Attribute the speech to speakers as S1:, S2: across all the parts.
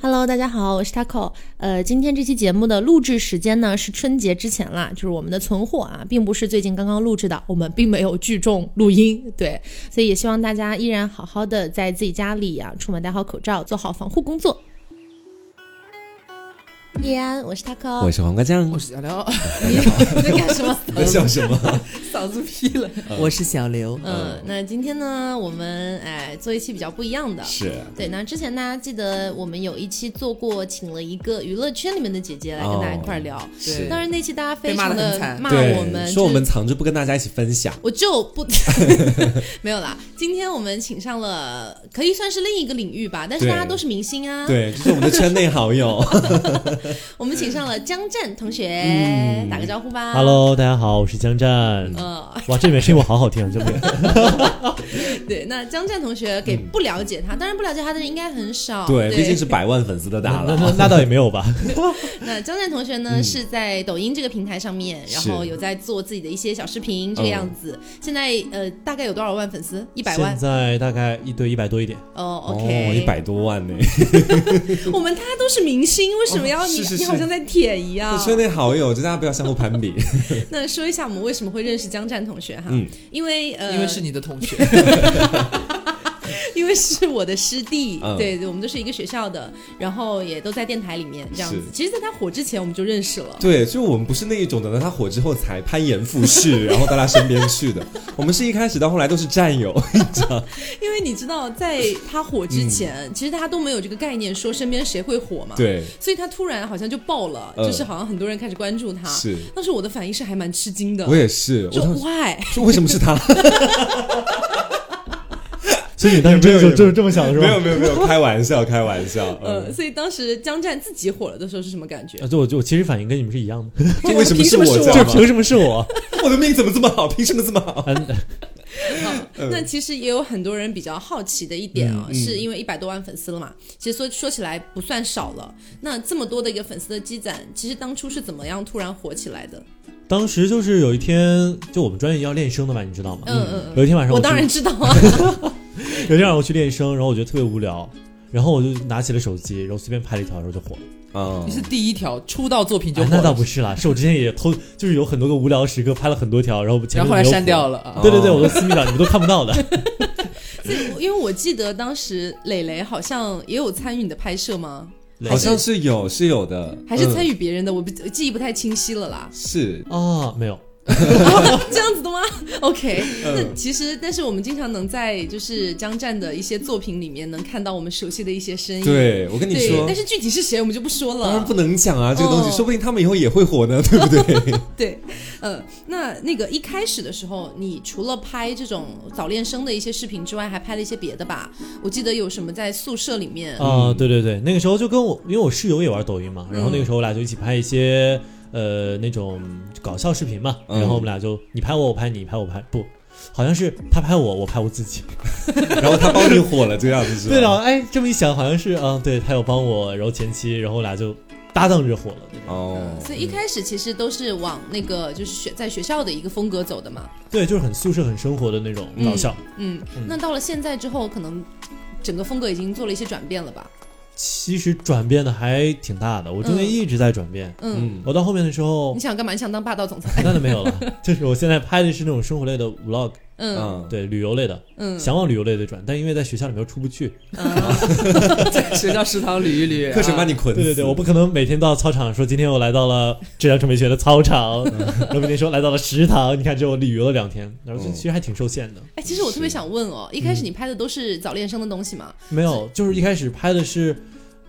S1: Hello，大家好，我是 Taco。呃，今天这期节目的录制时间呢是春节之前啦，就是我们的存货啊，并不是最近刚刚录制的，我们并没有聚众录音，对，所以也希望大家依然好好的在自己家里啊，出门戴好口罩，做好防护工作。叶安，我是 Taco，
S2: 我是黄瓜酱
S3: 我，是小刘，
S1: 你在干什 么？
S2: 你在笑什么？
S3: 嗓子劈了。
S4: 我是小刘，
S1: 嗯，那今天呢，我们哎做一期比较不一样的，
S2: 是
S1: 对，那之前大家记得我们有一期做过，请了一个娱乐圈里面的姐姐来跟大家一块儿聊。
S2: 是
S1: 当然那期大家非常
S3: 哦被骂
S1: 的
S3: 得很惨
S1: 骂
S2: 对
S1: 我们，啊
S2: 说
S1: 就
S2: 我
S1: 是
S2: 们藏着不跟大家一起分享，
S1: 我就不 没有啦。今天我们请上了，可以算是另一个领域吧，但是
S2: 对
S1: 大家都是明星啊。
S2: 对，就是我们的圈内 好友。
S1: 哦我们请上了江战同学，
S2: 嗯
S1: 打个招呼吧。
S5: Hello，大家好，我是江战。
S1: 啊呃，
S5: 哇，这里面声音我好好听，真的。
S1: 对，那江战同学给不了解他，当然不了解他的人应该很少。
S2: 嗯对，毕竟是百万粉丝的大
S5: 那
S2: 佬。
S5: 那那倒也没有吧。
S1: 那江战同学
S2: 嗯
S1: 呢、是在抖音这个平台上面，然后有在做自己的一些小视频
S2: 哦
S1: 这个样子。现在呃，大概有多少万粉丝？一百万
S5: 现。在大概一对一百多 一点。
S1: 哦
S2: 哦，
S1: ，OK，
S2: 一百多万呢，
S1: 我们大家都是明星，为什么要
S2: 哦
S1: 你？
S2: 是是
S1: 你
S2: 是
S1: 好像在舔一样
S2: 这。圈内好友，就大家不要相互攀比。
S1: 那说一下我们为什么会认识江战同学哈？
S2: 嗯
S1: 因为呃，
S3: 因为是你的同学，
S1: 因为是我的师弟，
S2: 嗯
S1: 对，我们都是一个学校的，然后也都在电台里面这样子
S2: 是。
S1: 其实，在他火之前我们就认识了。
S2: 对，就是我们不是那一种等到他火之后才攀岩 附势，然后到他身边去的。我们是一开始到后来都是 战友，
S1: 因为你知道，在他火之前，其实大家都没有这个概念，说身边谁会火嘛。。
S2: 嗯对，
S1: 所以他突然好像就爆了，
S2: 嗯
S1: 就是好像很多人开始关注他。
S2: 是
S1: 当时我的反应是还蛮吃惊的，
S2: 我也是。
S1: 嗯
S2: 我
S1: 就
S2: 想
S1: why？
S2: 说为什么 是他？
S5: 所以你当时真的
S2: 也没有
S5: 就就是这么想的是吧？
S2: 没有没有没有，开玩笑开玩笑。
S1: 呃，
S2: 嗯，
S1: 所以当时江战自己火了的时候是什么感觉？
S5: 啊，就我就我其实反应跟你们是一样的，
S2: 这为什么
S1: 凭
S2: 是
S1: 什么啊
S2: 我
S1: 是
S2: 这
S1: 我
S2: 样
S5: 就
S2: 吗？
S5: 凭什么是我？
S2: 我的命怎么这么好？凭什么这么好？
S5: 嗯，
S2: 呃嗯
S1: 那其实也有很多人比较好奇的一点啊、是因为一百多万粉丝了嘛，其实说说起来不算少了。那这么多的一个粉丝的积攒，其实当初是怎么样突然火起来的？
S5: 当时就是有一天，就我们专业要练声的嘛，你知道吗？
S1: 嗯嗯嗯，
S5: 有一天晚上
S1: 我
S5: 我去
S1: 当然知道 啊，
S5: 有一天晚上我去练声，然后我觉得特别无聊，然后我就拿起了手机，然后随便拍了一条，然后就火了。
S2: 嗯
S3: 你是第一条出道作品就
S5: 啊
S3: 火、
S5: 那倒不，是啦，是我之前也偷，就是有很多个无聊时刻拍了很多条，然后前
S3: 然
S5: 面
S3: 后后来
S5: 没有
S3: 删
S5: 火
S3: 掉。了啊。
S5: 对
S1: 哦
S5: 对对，我都私密了，你们都看 不到的。
S1: 所以因为我记得当时磊磊好像也有参与你的拍摄吗？
S2: 好像是有是有的，
S1: 还是参
S2: 与、。
S1: 与别人的？我不记忆不太清晰了啦
S2: 是
S5: 啊，没有，
S1: 这样子的吗？OK，那
S2: 嗯
S1: 其实但是我们经常能在就是江战的一些作品里面能看到我们熟悉的一些身影。
S2: 对，我跟你
S1: 哎对，
S2: 说
S1: 但，是具体是谁我们就不说了。
S2: 当然不能讲啊，这个东西，
S1: 哦
S2: 说不定他们以后也会火呢，对 不对？
S1: 对，呃，那那个一开始的时候，你除了拍这种早恋生的一些视频之外，还拍了一些别的吧？我记得有什么在宿舍里面，
S2: 哦
S5: 啊、对对对，那个时候就跟我，因为我室友也玩抖音
S1: 嗯
S5: 嘛，然后那个时候我俩就一起拍一些呃那种搞笑视频嘛，
S2: 嗯
S5: 然后我们俩就你拍我，我拍你，你拍我拍不，好像是他拍我，我拍我自己。
S2: 然后他帮你火了，这样子
S1: 啊
S2: 是吧？
S5: 对了，哎，这么一想，好像是嗯，对他有帮我，然后前期，然后我俩就搭档着火了。对
S2: 哦，
S1: 所以一开始其实都是往那个就是学在学校的一个风格走的嘛。
S5: 对，就是很宿舍、很生活的那种搞笑。
S1: 嗯，那到了现在之后，可能整个风格已经做了一些转变了吧？
S5: 其实转变的还挺大的，我中间
S1: 嗯
S5: 一直在转变。
S1: 嗯，
S5: 我到后面的时候哎
S1: 你，想干嘛？你想当霸道总裁？
S5: 那就没有了。就是我现在拍的是那种生活类的 vlog，
S1: 嗯
S2: 嗯，
S5: 对，旅游类的，
S1: 嗯，
S5: 想往旅游类的转，但因为在学校里面又出不去，
S3: 在学校食堂捋一捋、啊，
S2: 课程把你捆死，
S5: 对对对，我不可能每天到操场说今天我来到了浙江传媒学院的操 场，然后明天说来到了食堂，你看这我旅游了两天，然后
S2: 嗯
S5: 其实还挺受限的。
S1: 哎，其实我特别想问哦，一开
S5: 嗯
S1: 始你拍的都是早恋生的东西嘛？
S5: 没有，就是一开始拍的是，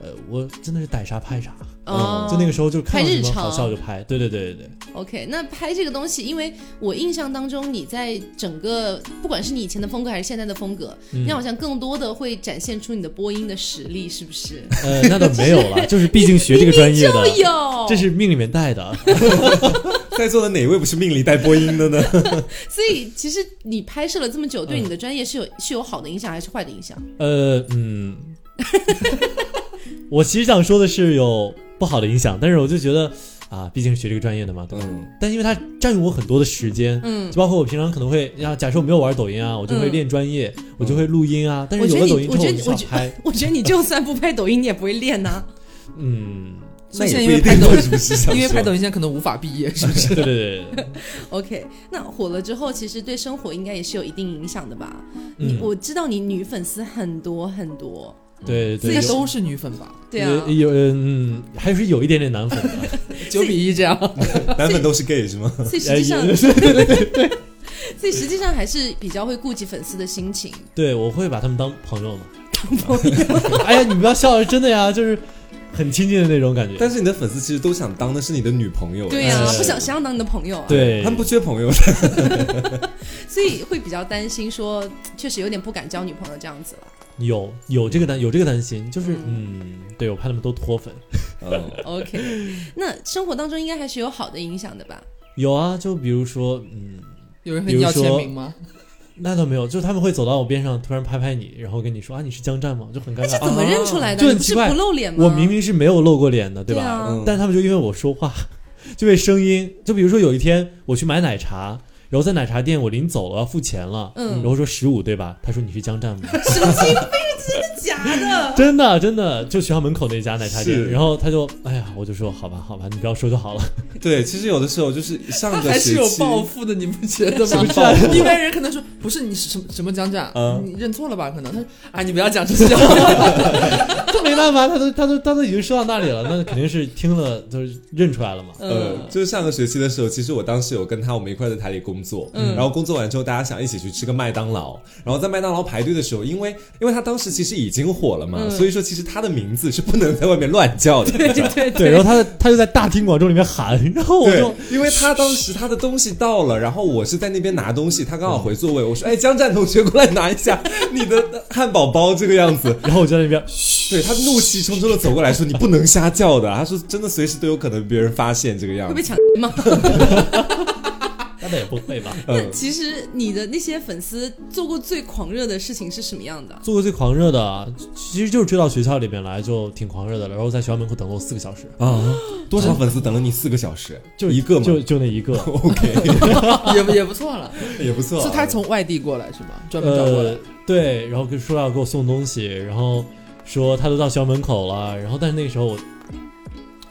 S5: 呃，我真的是逮啥拍啥，
S1: 哦，
S5: 嗯就那个时候就看到
S1: 拍
S5: 什
S1: 日
S5: 么
S1: 常
S5: 好笑就拍，对对对对对，
S1: OK，那拍这个东西，因为我印象当中，你在整个不管是你以前的风格还是现在的风格，
S5: 嗯
S1: 你好像更多的会展现出你的播音的实力，是不是？
S5: 呃，那倒没有 了，就是毕竟学这个专业
S1: 明明就
S5: 的，
S1: 有，
S5: 这是命里面带 的。
S2: 在座的哪位不是命里带播音的呢？
S1: 所以其实你拍摄了这么久，对你的专业是有、是有好的影响还是坏的影响？
S5: 呃， 嗯，我其实想说的是有不好的影响，但是我就觉得啊，毕竟是学这个专业的嘛，对吧？
S2: 嗯，
S5: 但因为它占用我很多的时间，
S3: 嗯
S5: 就包括我平常可能会，要假设我没有玩抖音啊，我就会
S3: 嗯
S5: 练专业，我就会录音啊。但是
S3: 我觉
S5: 有
S3: 得
S5: 了
S3: 你
S5: 抖
S3: 我
S5: 音之
S3: 觉得
S5: 后，我就
S3: 你
S5: 想
S3: 我觉
S5: 拍，
S3: 我觉得你就算不拍抖音，你也不会练呐、
S5: 嗯，
S3: 所以
S2: 那
S3: 现在
S2: 也
S3: 因
S2: 不
S3: 为
S2: 一
S3: 拍
S2: 定
S3: 抖
S2: 会是不是想
S3: 因为拍
S2: 说
S3: 抖音现在可能无法毕业，是不是？
S5: 对对对 对，
S1: OK，那火了之后，其实对生活应该也是有一定影响的吧？你
S5: 嗯，
S1: 我知道你女粉丝很多很多，
S5: 对
S3: 这
S5: 对，
S3: 些
S5: 有
S3: 都是女粉吧？
S1: 对啊，
S5: 有有嗯，还是有一点点 男粉的，
S3: 九比一这样，
S2: 男粉都是 gay 是吗？
S1: 所以实
S5: 哎
S1: 际上，
S5: 也
S1: 所以实际上还是比较会顾及粉丝的心情。
S5: 对，我会把他们当朋友嘛。当朋 友？哎呀，你不要笑，是真的呀，就是很亲近的那种感觉。
S2: 但是你的粉丝其实都想当的是你的女朋友，哎
S1: 对呀、
S5: 是
S1: 不想想要当你的朋友啊，
S5: 哎对，
S2: 他们不缺朋友，
S1: 所以会比较担心说，确实有点不敢交女朋友这样子了。
S5: 有有这个担有这个担心，就是嗯，对我怕他们都脱粉。
S2: 嗯
S1: OK，那 生活当中应该还是有好的影响的吧？
S5: 有啊，就比如说嗯，
S3: 有人和
S5: 比
S3: 你
S5: 如
S3: 要签
S5: 说
S3: 名吗？
S5: 那倒没有，就是他们会走到我边上，突然拍拍你，然后跟你说啊，你是江战吗？就很尴
S1: 那是
S5: 尬。
S1: 怎么认出来的？
S5: 啊就
S1: 你
S5: 很
S1: 不
S5: 奇
S1: 是
S5: 怪
S1: 不露脸吗？
S5: 我 明明是没有露过脸的，对吧？
S1: 啊，
S2: 嗯
S5: 但他们就因为我说话， 就被声音，就比如说有一天我去买奶茶，然后在奶茶店我临走了要付钱了，
S1: 嗯
S5: 然后说十五对吧？他说你是江战吗？
S1: 假 的。
S5: 真的真的，就学校门口那家奶茶店，
S2: 是
S5: 然后他就哎呀，我就说好吧好吧，你不要说就好了。
S2: 对，其实有的时候就是上个
S3: 还是
S2: 学
S3: 有
S2: 期，
S3: 报复的，你不觉得吗
S2: 什么报？复
S3: 一般人可能说不是你是什么什么讲讲，
S2: 嗯
S3: 你认错了吧？可能他说 啊，你不要讲这些话，
S5: 这没办法，他都他都他都已经说到那里了，那肯定是听了就是认出来了嘛。
S3: 嗯
S2: 呃，就是上个学期的时候，其实我当时有跟他我们一块在台里工作，嗯，然后工作完之后，大家想一起去吃个麦当劳，然后在麦当劳排队的时候，因为因为他当时其实已经火了嘛，所以说其实他的名字是不能在外面乱叫的，对
S5: 对，然后他他就在大庭广众里面喊，然后我就
S2: 因为他当时他的东西到了，然后我是在那边拿东西，他刚好回座位，我说，哎，江战同学过来拿一下你的汉堡包这个样子，
S5: 然后我就在那边，
S2: 对他怒气冲冲的走过来说：“你不能瞎叫的。”他说：“真的，随时都有可能别人发现这个样
S1: 会被
S2: 子。
S1: 抢 吗？
S5: 嗯那倒也不会 吧。
S1: 那
S2: 嗯
S1: 其实你的那些粉丝做过最狂热的事情是什么样的？
S5: 做过最狂热的啊，其实就是追到学校里面来就挺狂热的了，然后在学校门口等了我四个小时，”
S2: 啊，多少粉丝等了你四个小时？
S5: 就
S2: 一个吗。
S5: 就就那一个
S2: ？OK，
S3: 也不也不错了。
S2: 也不错。啊
S3: 是他从外地过来是吗？专门找过来
S5: 呃，，对，然后跟说要给我送东西，然后说他都到学校门口了，然后但是那个时候我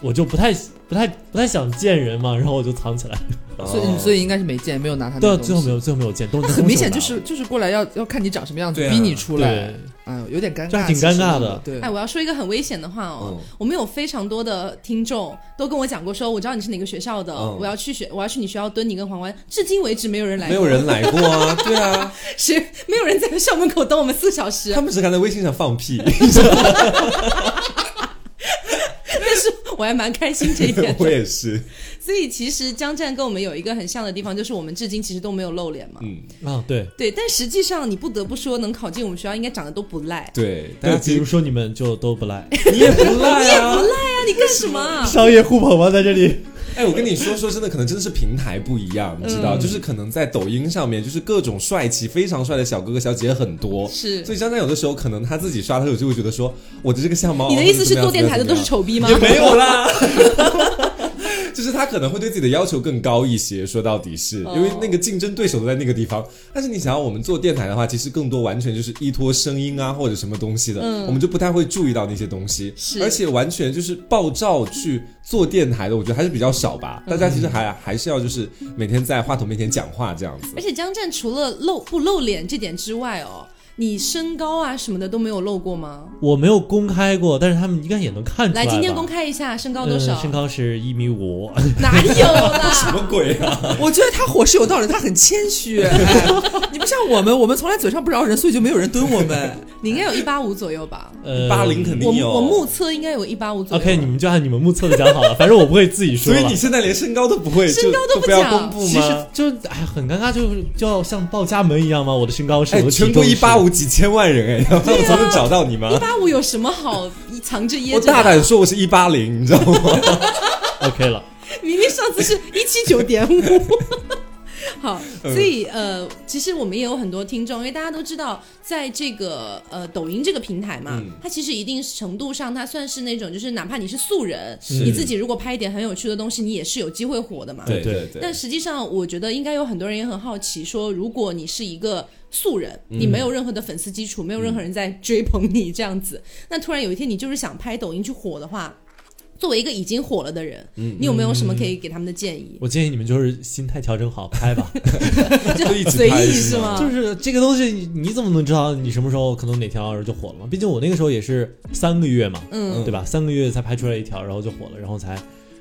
S5: 我就不太不太不太想见人嘛，然后我就藏起来。
S2: 哦，
S3: 所以所以应该是没见，没有拿他
S5: 对啊，
S3: 的东西。
S5: 最后没有最后没有见，东
S3: 那很明显就是就是过来要要看你长什么样子
S2: 对，啊
S3: 逼你出来
S5: 对，
S3: 哎呦，有点尴
S5: 这
S3: 尬，
S5: 样挺尴
S3: 其实
S5: 尬的
S3: 对
S1: 哎，，我要说一个很危险的话哦，
S2: 嗯
S1: 我们有非常多的听众都跟我讲过说，我知道你是哪个学校的，
S2: 嗯
S1: 我要去学，我要去你学校蹲你跟黄欢，至今为止没有人来，
S2: 没有人来过啊，对啊，
S1: 是没有人在校门口等我们四小时
S2: 他，们只敢在微信上放屁，
S1: 但是我还蛮开心这一点
S2: 我
S1: 的。
S2: 也是，
S1: 所以其实江战跟我们有一个很像的地方，就是我们至今其实都没有露脸嘛。
S2: 嗯，
S5: 啊，对
S1: 对，但实际上你不得不说，能考进我们学校应该长得都不 赖。
S2: 对，大
S3: 啊
S5: 对，
S2: 家
S5: 比
S2: 其
S5: 如
S2: 实
S5: 说你们就都 不赖，
S2: 你也不赖啊。
S1: 那你干什么啊？
S5: 商业互捧吗？在 这里，
S2: 哎，我跟你说说真的，可能真的是平台不一样，你知道，就是可能在抖音上面，就是各种帅气、非常帅的小哥哥小姐姐很多，
S1: 是
S2: 所以张张有的时候可能他自己刷的时候就会觉得说，我的这个相貌，
S1: 你的意思是
S2: 哦
S1: 做电台的都是？丑逼吗？
S2: 怎么样怎么样怎么样也没有啦。就是他可能会对自己的要求更高一些，说到底是因为那个竞争对手都在那个地方。但是你想要我们做电台的话，其实更多完全就是依托声音啊或者什么东西的，我们就不太会注意到那些东西。
S1: 是
S2: 而且完全就是爆照去做电台的，我觉得还是比较少吧。大家其实还还是要就是每天在话筒面前讲话这样子
S1: 而。且江战除了露不露脸这点之外哦，你身高啊什么的都没有露过吗？
S5: 我没有公开过，但是他们应该也能看出
S1: 来，
S5: 吧
S1: 今天公开一下身高多少？
S5: 嗯身高是一 米五，
S1: 哪有
S2: 什
S1: 啦？
S2: 么鬼啊！
S5: 嗯
S3: 我觉得他火是有道理，他很谦虚。哎 你不像我们，我们从来嘴上不饶人，所以就没有人蹲我
S5: 哎
S3: 们。
S1: 你应该有一八五左右吧？
S5: 呃，
S2: 八零肯
S1: 我
S2: 定有，
S1: 我目测应该有一八五左右吧。
S5: OK，你们就按你们目测的讲好了，反正我不会自己说
S2: 所
S5: 了。
S2: 以你现在连身高都不会，
S1: 身高
S2: 就
S1: 都不
S2: 不要
S1: 讲
S2: 公布
S5: 其实
S2: 吗？
S5: 就哎很尴尬，就就要像报家门一样吗？我的身高是我的体
S2: 哎全
S5: 重
S2: 国一
S5: 是
S2: 八，五几千万人哎，要 不然我才能找到你吗
S1: 一？八五有什么好藏着掖
S2: 我
S1: 着的？
S2: 大胆说我是一八零，你知道吗？
S5: ，OK 了。
S1: 明明上次是一七九点五。好，
S2: 嗯
S1: 所以呃，其实我们也有很多听众，因为大家都知道，在这个呃抖音这个平台嘛，
S2: 嗯
S1: 它其实一定程度上，它算是那种就是哪怕你是素人，
S2: 是
S1: 你自己如果拍一点很有趣的东西，你也是有机会火的嘛。
S2: 对
S5: 对
S2: 对对，
S1: 但实际上，我觉得应该有很多人也很好奇，说如果你是一个素人，
S5: 嗯
S1: 你没有任何的粉丝基础，没有任何人在追捧你这样子，那突然有一天你就是想拍抖音去火的话，作为一个已经火了的人，
S5: 嗯
S1: 你有没有什么可以给他们的建 议？
S5: 我建议你们就是心态调整好，拍吧。
S2: 就一直
S1: 随
S2: 拍
S1: 意
S2: 是
S1: 是
S2: 吗
S1: 吗？
S5: 就是这个东西你，你怎么能知道你什么时候可能哪条就火了嘛？毕竟我那个时候也是三个月嘛，
S1: 嗯，
S5: 对吧？三个月才拍出来一条，然后就火了，然后才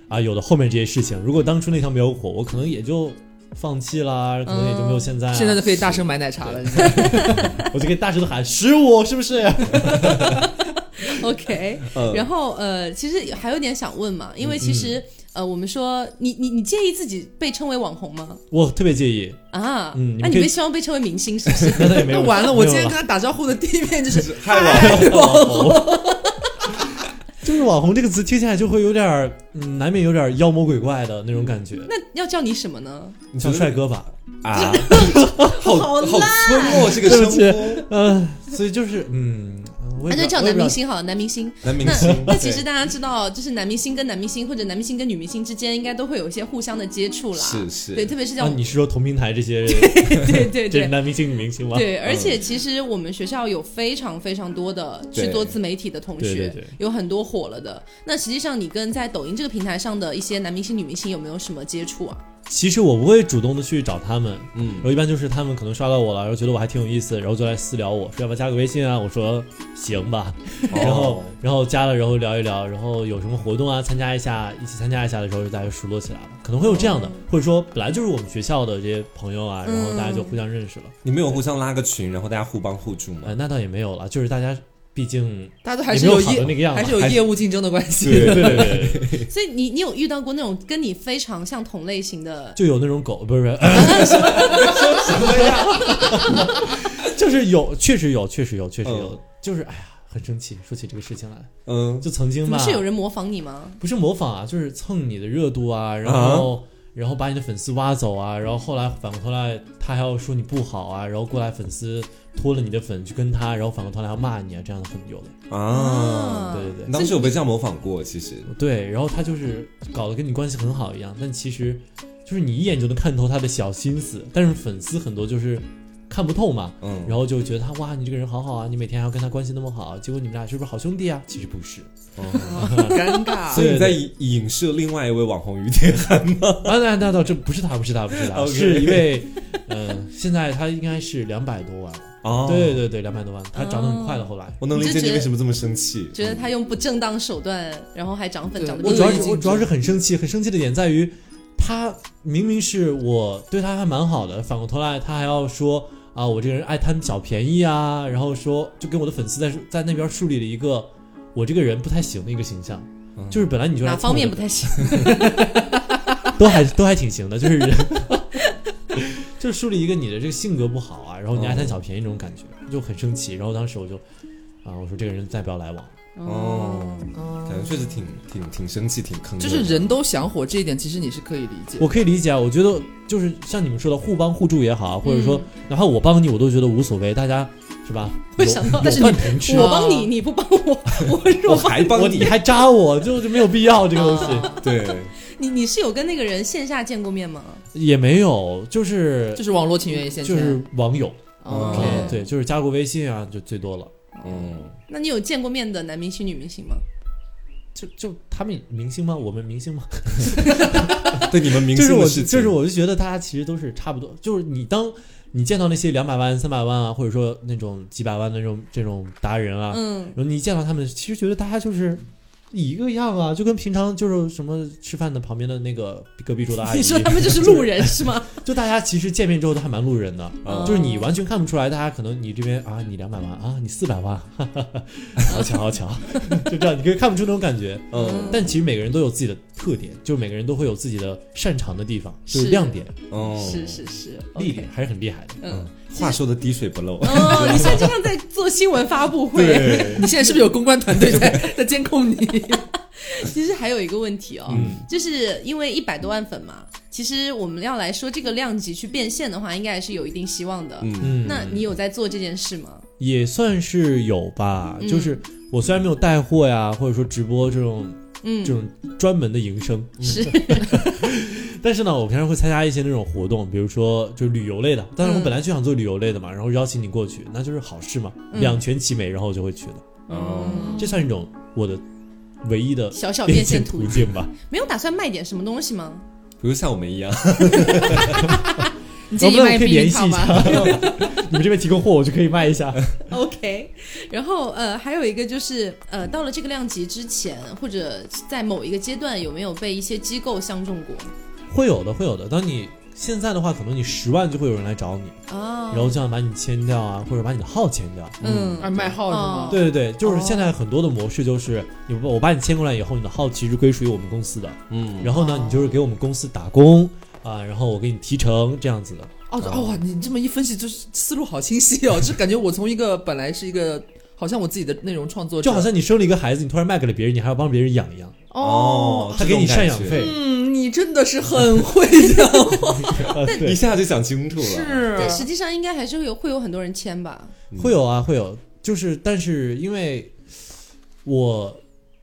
S5: 啊有了后面这些事情。如果当初那条没有火，我可能也就放弃啦，可能也就没有现在、啊。
S3: 现在就可以大声买奶茶了。你知道吗
S5: 我就可以大声的喊十五，是不是？
S1: OK，、
S2: 嗯
S1: 然后呃，其实还有点想问
S5: 嗯
S1: 嘛，因为其实、呃，我们说你你你介意自己被称为网红吗？
S5: 我特别介 意，
S1: 啊，
S5: 嗯你们
S1: 那你
S5: 可以
S1: 们希望被称为明星是不是？
S5: 那倒也没有。
S3: 完了，我今天
S5: 没有
S3: 跟
S5: 了
S3: 他打招呼的第一面 就是
S2: 嗨网红，
S5: 网红。 就是网红这个词听起来就会有点儿，嗯，难免有点儿妖魔鬼怪的那种感觉。
S1: 那要叫你什么呢？
S2: 你
S5: 叫帅哥吧，
S2: 啊，好好村落这个
S5: 对
S2: 生
S5: 不起
S2: 活，
S5: 嗯，所以就是，嗯，
S1: 啊那
S5: 我也不
S1: 就
S5: 知
S1: 叫
S5: 道
S1: 男明。星好了，男明星。
S2: 男明
S1: 那
S2: 星。
S1: 那 其实
S2: 对
S1: 大家知道，就是男明星跟男明星或者男明星跟女明星之间，应该都会有一些互相的接触啦。
S2: 是是
S1: 对，特别是
S5: 我也不知道
S1: 像
S5: 啊，你是说同平台这 些
S1: 对对
S5: 这
S1: 对。
S5: 男明星、女明星吗？嗯
S1: 对，而且其实我们学校有非常非常多的去做自媒体的同学，
S5: 对对对
S1: 有很多火了的。那实际上，你跟在抖音这个平台上的一些男明星、女明星有没有什么接触啊？
S5: 其实我不会主动的去找他们，
S2: 嗯
S5: 然后一般就是他们可能刷到我了，然后觉得我还挺有意思，然后就来私聊我说要不要加个微信啊？我说行吧， 然后然后加了，然后聊一聊，然后有什么活动啊，参加一下，一起参加一下的时候，就大家就熟络起来了，可能会有这样的，或者说本来就是我们学校的这些朋友啊，然后大家就互相认识了，
S2: 你们有互相拉个群，然后大家互帮互助吗
S5: 呃，？那倒也没有了，就是大家毕竟
S3: 大家都还
S5: 也
S3: 是
S5: 没有
S3: 有
S5: 好的那个
S3: 业，
S5: 样子
S3: 还是有
S5: 还是
S3: 业务竞争的关系。
S5: 对对 对对对，
S1: 所以你你有遇到过那种跟你非常像同类型的？
S5: 就有那种狗，不是不是， 就是 有，确实有，确实有，确实有
S2: 嗯，
S5: 就是哎呀，很生气，说起这个事情来。
S2: 嗯，
S5: 就曾经
S1: 怎么
S5: 吧，
S1: 是有人模仿你吗？
S5: 不是模仿啊，就是蹭你的热度啊，然后、然后把你的粉丝挖走啊，然后后来反过头来他还要说你不好啊，然后过来粉丝脱了你的粉去跟他，然后反过头来要骂你啊，这样的很有的，
S1: 哦
S2: 啊，
S5: 对对
S2: 你
S5: 对
S2: 当时有被这样模仿过，其实
S5: 对，然后他就是搞得跟你关系很好一样，但其实就是你一眼就能看透他的小心思，但是粉丝很多就是看不透嘛。
S2: 嗯，
S5: 然后就觉得他哇，你这个人好好啊，你每天还要跟他关系那么好，结果你们俩是不是好兄弟啊？其实不是，
S3: 尴 尬。
S2: 所以哦啊你在
S5: 对啊
S2: 影影射另外一位网红于 天汉吗？
S5: 啊，那那倒这不是他，不是他，不是他，
S2: OK
S5: 是一位，呃，现在他应该是两百多万，
S2: 哦
S5: 对，对对，两百多万，他涨得很
S1: 哦
S5: 快的。后来，
S2: 我能理解你为什么这么生气。
S1: 觉得他用不正当手段，然后还涨粉
S3: 对
S1: 涨得
S5: 我
S1: 比
S5: 主要
S1: 你
S5: 是
S1: 多
S5: 我主要是很生气，很生气的点在于，他明明是我对他还蛮好的，反过头来他还要说啊，我这个人爱贪小便宜啊，然后说就跟我的粉丝在在那边树立了一个我这个人不太行的一个形象，
S2: 嗯
S5: 就是本来你就来
S1: 哪
S5: 蹭
S1: 方
S5: 我
S1: 面
S5: 的
S1: 不太行？
S5: 都还都还挺行的，就是人，就是树立一个你的这个性格不好啊，然后你爱贪小便宜这种感觉，就很生气。然后当时我就啊，我说这个人再不要来往。
S2: 哦，感觉确实挺挺挺生气，挺坑的。
S3: 嗯就是人都想火这一点，其实你是可以理解。
S5: 我可以理解啊，我觉得就是像你们说的互帮互助也好啊，或者说哪怕我帮你，我都觉得无所谓，大家是吧？
S1: 会想到
S5: 有
S1: 但是
S5: 有饭同吃，
S1: 我帮你，你不帮我，我
S2: 我
S1: 弱。
S2: 还帮
S5: 我你啊
S2: 你，
S5: 还扎我，就就没有必要这个东西。
S2: 对，
S1: 你你是有跟那个人线下见过面吗？
S5: 也没有，就是
S3: 就是网络情缘一线牵，
S5: 就是网友
S3: 哦
S2: OK
S5: 啊，对，就是加过微信啊，就最多了。
S2: 嗯，
S1: 那你有见过面的男明星、女明星吗？
S5: 就就他们明星吗？我们明星吗？
S2: 对你们明
S5: 就是
S2: 星
S5: 我，
S2: 的事情，
S5: 就是我就觉得大家其实都是差不多。就是你当你见到那些两百万、三百万啊，或者说那种几百万的那种这种达人啊，
S1: 嗯，
S5: 然后你见到他们，其实觉得大家就是一个样啊，就跟平常就是什么吃饭的旁边的那个隔壁桌的阿姨
S1: 你，说他们就是路人哦是吗？
S5: 就大家其实见面之后都还蛮路人的。
S2: 嗯
S5: 就是你完全看不出来，大家可能你这边啊，你两百万啊，你四百万，哈哈哈，好巧好巧， 就这样，你可以看不出那种感觉。
S2: 嗯
S5: 但其实每个人都有自己的特点，就是每个人都会有自己的擅长的地方，就是
S1: 是
S5: 亮点、
S2: 嗯，
S1: 是是是，OK
S5: 厉点，还是很厉害的。
S1: 嗯，
S2: 话说的滴水不漏，
S1: 哦，你现在就像在做新闻发布会。
S2: 对，
S3: 你现在是不是有公关团队在在监控你？
S1: 其实还有一个问题哦，
S2: 嗯
S1: 就是因为一百多万粉嘛，其实我们要来说这个量级去变现的话，应该还是有一定希望的。
S2: 嗯
S5: 嗯，
S1: 那你有在做这件事吗？
S5: 也算是有吧，
S1: 嗯
S5: 就是我虽然没有带货呀，或者说直播这种
S1: 嗯
S5: 这，种专门的营生，嗯
S1: 是，
S5: 但是呢，我平常会参加一些那种活动，比如说就是旅游类的。但是我
S1: 嗯
S5: 本来就想做旅游类的嘛，然后邀请你过去，那就是好事嘛，
S1: 嗯
S5: 两全其美，然后我就会去的。
S2: 哦
S5: 这算是一种我的唯一的
S1: 小小变现途
S5: 途
S1: 径，
S5: 径吧。
S1: 没有打算卖点什么东西吗？
S2: 比如像我们一样，
S6: 你自
S5: 能
S6: 己
S5: 不能
S6: 卖
S5: 可以
S6: 避
S5: 联
S6: 孕
S5: 系
S6: 套
S5: 一
S6: 吧
S5: 下？？ 你们这边提供货，我就可以卖一下。
S1: OK，然后呃，还有一个就是呃，到了这个量级之前，或者呃在某一个阶段，有没有被一些机构相中过
S5: 会有的，会有的。当你现在的话，可能你十万就会有人来找你，
S1: 啊？
S5: 然后这样把你签掉啊，或者把你的号签掉。
S1: 嗯，
S3: 啊，卖号是吗？
S5: 对对对，就是
S1: 哦
S5: 现在很多的模式就是，你把我把你签过来以后，你的号其实归属于我们公司的。
S2: 嗯，
S5: 然后呢，你就是给我们公司打工啊，然后我给你提成这样子的。
S3: 哦哦，哇，你这么一分析，就是思路好清晰哦，就感觉我从一个本来是一个好像我自己的内容创作者，
S5: 就好像你生了一个孩子，你突然卖给了别人，你还要帮别人养一样，
S2: 哦，
S5: 他给你赡养
S2: 这种感觉，
S5: 费，
S3: 嗯，你真的是很会讲 话，
S5: 啊
S2: 一
S5: 对，
S2: 下就想清楚
S5: 啊
S2: 了。
S1: 但
S3: 是啊
S1: 实际上应该还是会有会有很多人签吧？
S2: 嗯
S5: 会有啊，会有，就是但是因为我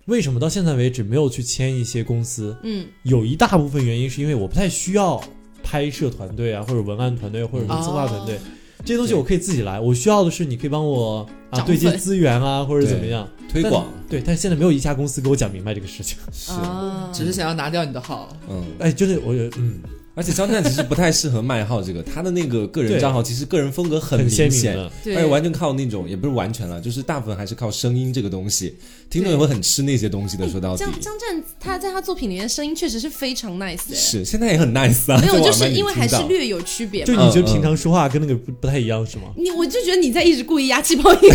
S5: 为什么到现在为止没有去签一些公司，
S1: 嗯
S5: 有一大部分原因是因为我不太需要拍摄团队啊，或者文案团队，或者
S3: 嗯
S5: 策划团队
S1: 哦，
S5: 这些东西我可以自己来，我需要的是你可以帮我啊
S1: 涨
S5: 对接
S1: 粉
S5: 资源啊，或者
S2: 对
S5: 怎么样
S2: 推广，
S5: 但对，但是现在没有一家公司给我讲明白这个事情，
S2: 是，
S1: 啊，
S3: 只是想要拿掉你的号，
S2: 嗯，
S5: 哎，真的，我觉得嗯。
S2: 而且肖战其实不太适合卖号这个，他的那个个人账号其实个人风格很
S5: 很鲜
S2: 明
S5: 明
S2: 显，
S5: 的，
S1: 对
S2: 而且完全靠那种，也不是完全了，就是大部分还是靠声音这个东西，听众也会很吃那些东西的。说到底
S1: 张，张战他在他作品里面声音确实是非常 nice 的、
S2: 是现在也很 nice 啊，
S1: 没有
S2: 在网
S1: 就是
S2: 上也
S1: 因为还是
S2: 听到
S1: 略有区别
S5: 就
S1: 嘛。
S2: 嗯
S5: 你觉得平常说话跟那个不不太一样是吗？
S1: 你我就觉得你在一直故意压气泡音，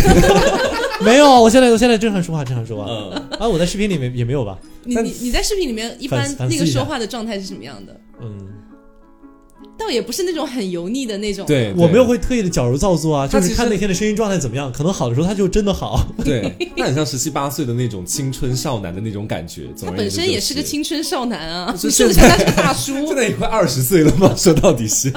S5: 没有，我现在我现在正常说话，正常说话。
S2: 嗯
S5: 啊，我在视频里面也没有吧？
S1: 你
S2: 但
S1: 你你在视频里面一般
S5: 反反思
S1: 那个
S5: 一下
S1: 说话的状态是什么样的？
S5: 嗯，
S1: 倒也不是那种很油腻的那种，
S2: 对，
S5: 我没有
S2: 会
S5: 会特意的矫揉造作啊，
S2: 他其
S5: 就
S2: 实
S5: 是看那天的声音状态怎么样，可能好的时候他就真的好。
S2: 对，那很像十七八岁的那种青春少男的那种感觉。总
S1: 他
S2: 而
S1: 本
S2: 言之
S1: 身
S2: 就
S1: 也是个，青春少男啊，
S2: 就
S1: 你
S2: 是
S1: 说的像他是个大叔。
S2: 现在也快二十岁了嘛，说到 底是，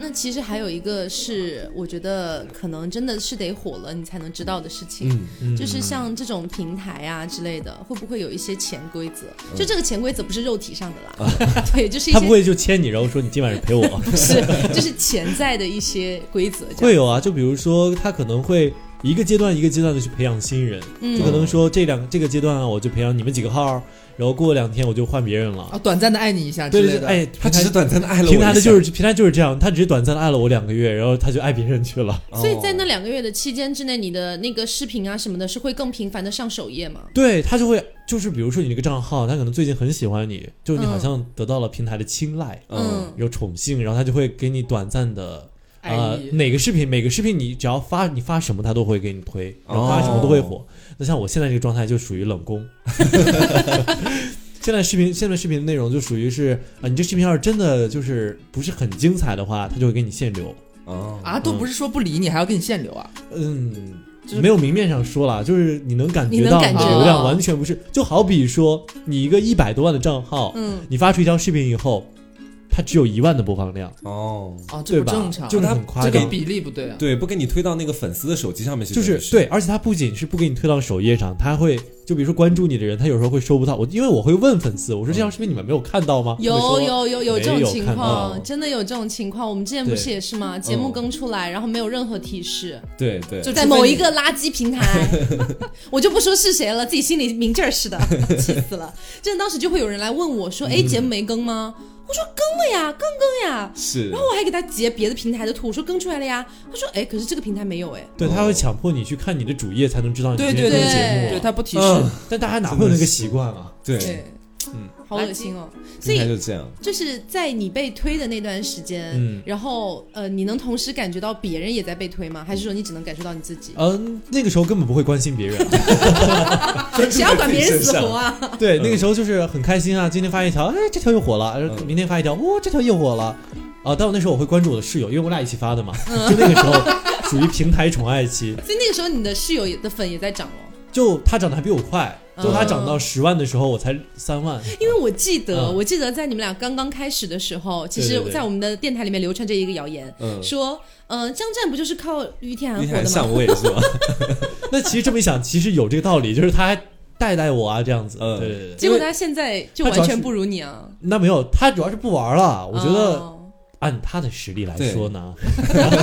S1: 那其实还有一个是，我觉得可能真的是得火了，你才能知道的事情。
S2: 嗯，
S1: 就是像这种平台啊之类的，会不会有一些潜规则？就这个潜规则不是肉体上的啦， 对，就是一
S5: 他不
S1: 些
S5: 会就牵你，然后说你今晚 上陪我。
S1: 不是，就是潜在的一些规则。
S5: 会，有啊，就比如说他可能会一个阶段一个阶段的去培养新人，就可
S1: 嗯，
S5: 能说这两这个阶段啊，我就培养你们几个号儿，然后过两天我就换别人了。
S3: 啊，短暂的爱你一下之
S5: 对
S3: 类
S5: 对，
S3: 的，
S5: 对，哎，
S2: 他
S5: 平
S2: 只是
S5: 台
S2: 短暂的爱了我一
S5: 平台的
S2: 下
S5: 就，是平台就是这样，他只是短暂的爱了我两个月，然后他就爱别人 去了。
S2: 哦
S1: 所以在那两个月的期间之内，你的那个视频啊什么的，是会更频繁的上首页吗？
S5: 对他就会就是比如说你这个账号，他可能最近很喜欢你，就你好像得到了平台的青睐，
S2: 嗯
S1: 嗯
S5: 有宠幸，然后他就会给你短暂的。
S3: 爱
S5: 呃，
S3: 意
S5: 哪个视频，每个视频你只要发，你发什么他都会给你推，
S3: 哦
S5: 然后发什么都会火。那像我现在这个状态就属于冷宫。 现在视频，现在视频的内容就属于是啊、你这视频要是真的就是不是很精彩的话，他就会给你限流。
S2: 哦
S5: 呃
S3: 啊，都不是说不理你，还要给你限流啊，
S5: 嗯
S3: 就是，
S5: 没有明面上说啦，就是你能感
S1: 你
S5: 觉
S1: 能
S5: 到
S1: 感
S3: 觉
S5: 流
S1: 到
S5: 量完全不是，就好比说你一个一百多万的账号，
S1: 嗯，
S5: 你发出一条视频以后，它只有一万的播放量，
S2: 哦，
S3: 啊，这
S5: 对
S3: 不
S5: 吧？
S3: 正常，
S5: 就是
S2: 它
S5: 很夸
S3: 这个
S5: 张。
S3: 比例不对啊，
S2: 对，不给你推到那个粉丝的手机上面去，
S5: 就是对，，而且它不仅是不给你推到首页上，它会就比如说关注你的人，他有时候会收不到。我因为我会问粉丝，我
S3: 嗯
S5: 说这条视频你们没有看到吗？他
S1: 有
S5: 会说
S1: 有有有
S5: 没
S1: 这种
S5: 有
S1: 情
S5: 看
S1: 况，
S5: 到
S1: 真的有这种情况。我们之前不
S5: 对
S1: 是也是吗？节目更出来，然后没有任何提示，
S2: 对对，
S3: 就
S1: 在某一个垃圾平 台，我就不说是谁了，自己心里明劲儿似的，气死了。真的，当时就会有人来问我
S5: 嗯
S1: 说：“哎，节目没更吗？”我说：“更了呀，更更呀。”
S2: 是
S1: 然后我还给他截别的平台的图，我说更出来了呀。他说：“哎，可是这个平台没有哎。
S5: 对，他会强迫你去看你的主页才能知道你
S3: 对
S5: 今
S3: 对
S5: 天
S3: 对
S5: 这个节目。啊
S3: 对，他不提示
S2: 嗯，
S5: 但大家哪会有那个习惯啊？
S2: 对，”
S5: 嗯
S1: 好恶心哦。所
S2: 平台
S1: 以
S2: 就这样，
S1: 就是在你被推的那段时间，
S5: 嗯
S1: 然后呃，你能同时感觉到别人也在被推吗？还是说你只能感受到你自己？
S5: 嗯，那个时候根本不会关心别人。
S1: 谁要管别人死活啊？
S5: 对，
S3: 嗯
S5: 那个时候就是很开心啊，今天发一条，哎，这条又火了；呃
S2: 嗯
S5: 明天发一条，哦，这条又火了。啊，但我那时候我会关注我的室友，因为我俩一起发
S1: 嗯
S5: 的嘛。就那个时候属于平台宠爱期，
S1: 所以那个时候你的室友也的粉也在涨哦。
S5: 就他涨得还比我快，就他涨到
S1: 嗯
S5: 十万的时候，我才三万。
S1: 因为我记得，
S5: 嗯
S1: 我记得在你们俩刚刚开始的时候，其
S5: 对
S1: 实
S5: 对对
S1: 在我们的电台里面流传着一个谣言，
S2: 嗯，
S1: 说，呃，江战不就是靠于天
S2: 你
S1: 寒火啊
S2: 还
S1: 的吗？
S2: 上位是吗？
S5: 那其实这么一想，其实有这个道理，就是他还带带我啊，这样子。
S2: 嗯
S5: 对对对，
S1: 结果他现在就完全不如你啊！
S5: 那没有，他主要是不玩了。我觉得
S1: 哦
S5: 按他的实力来说呢，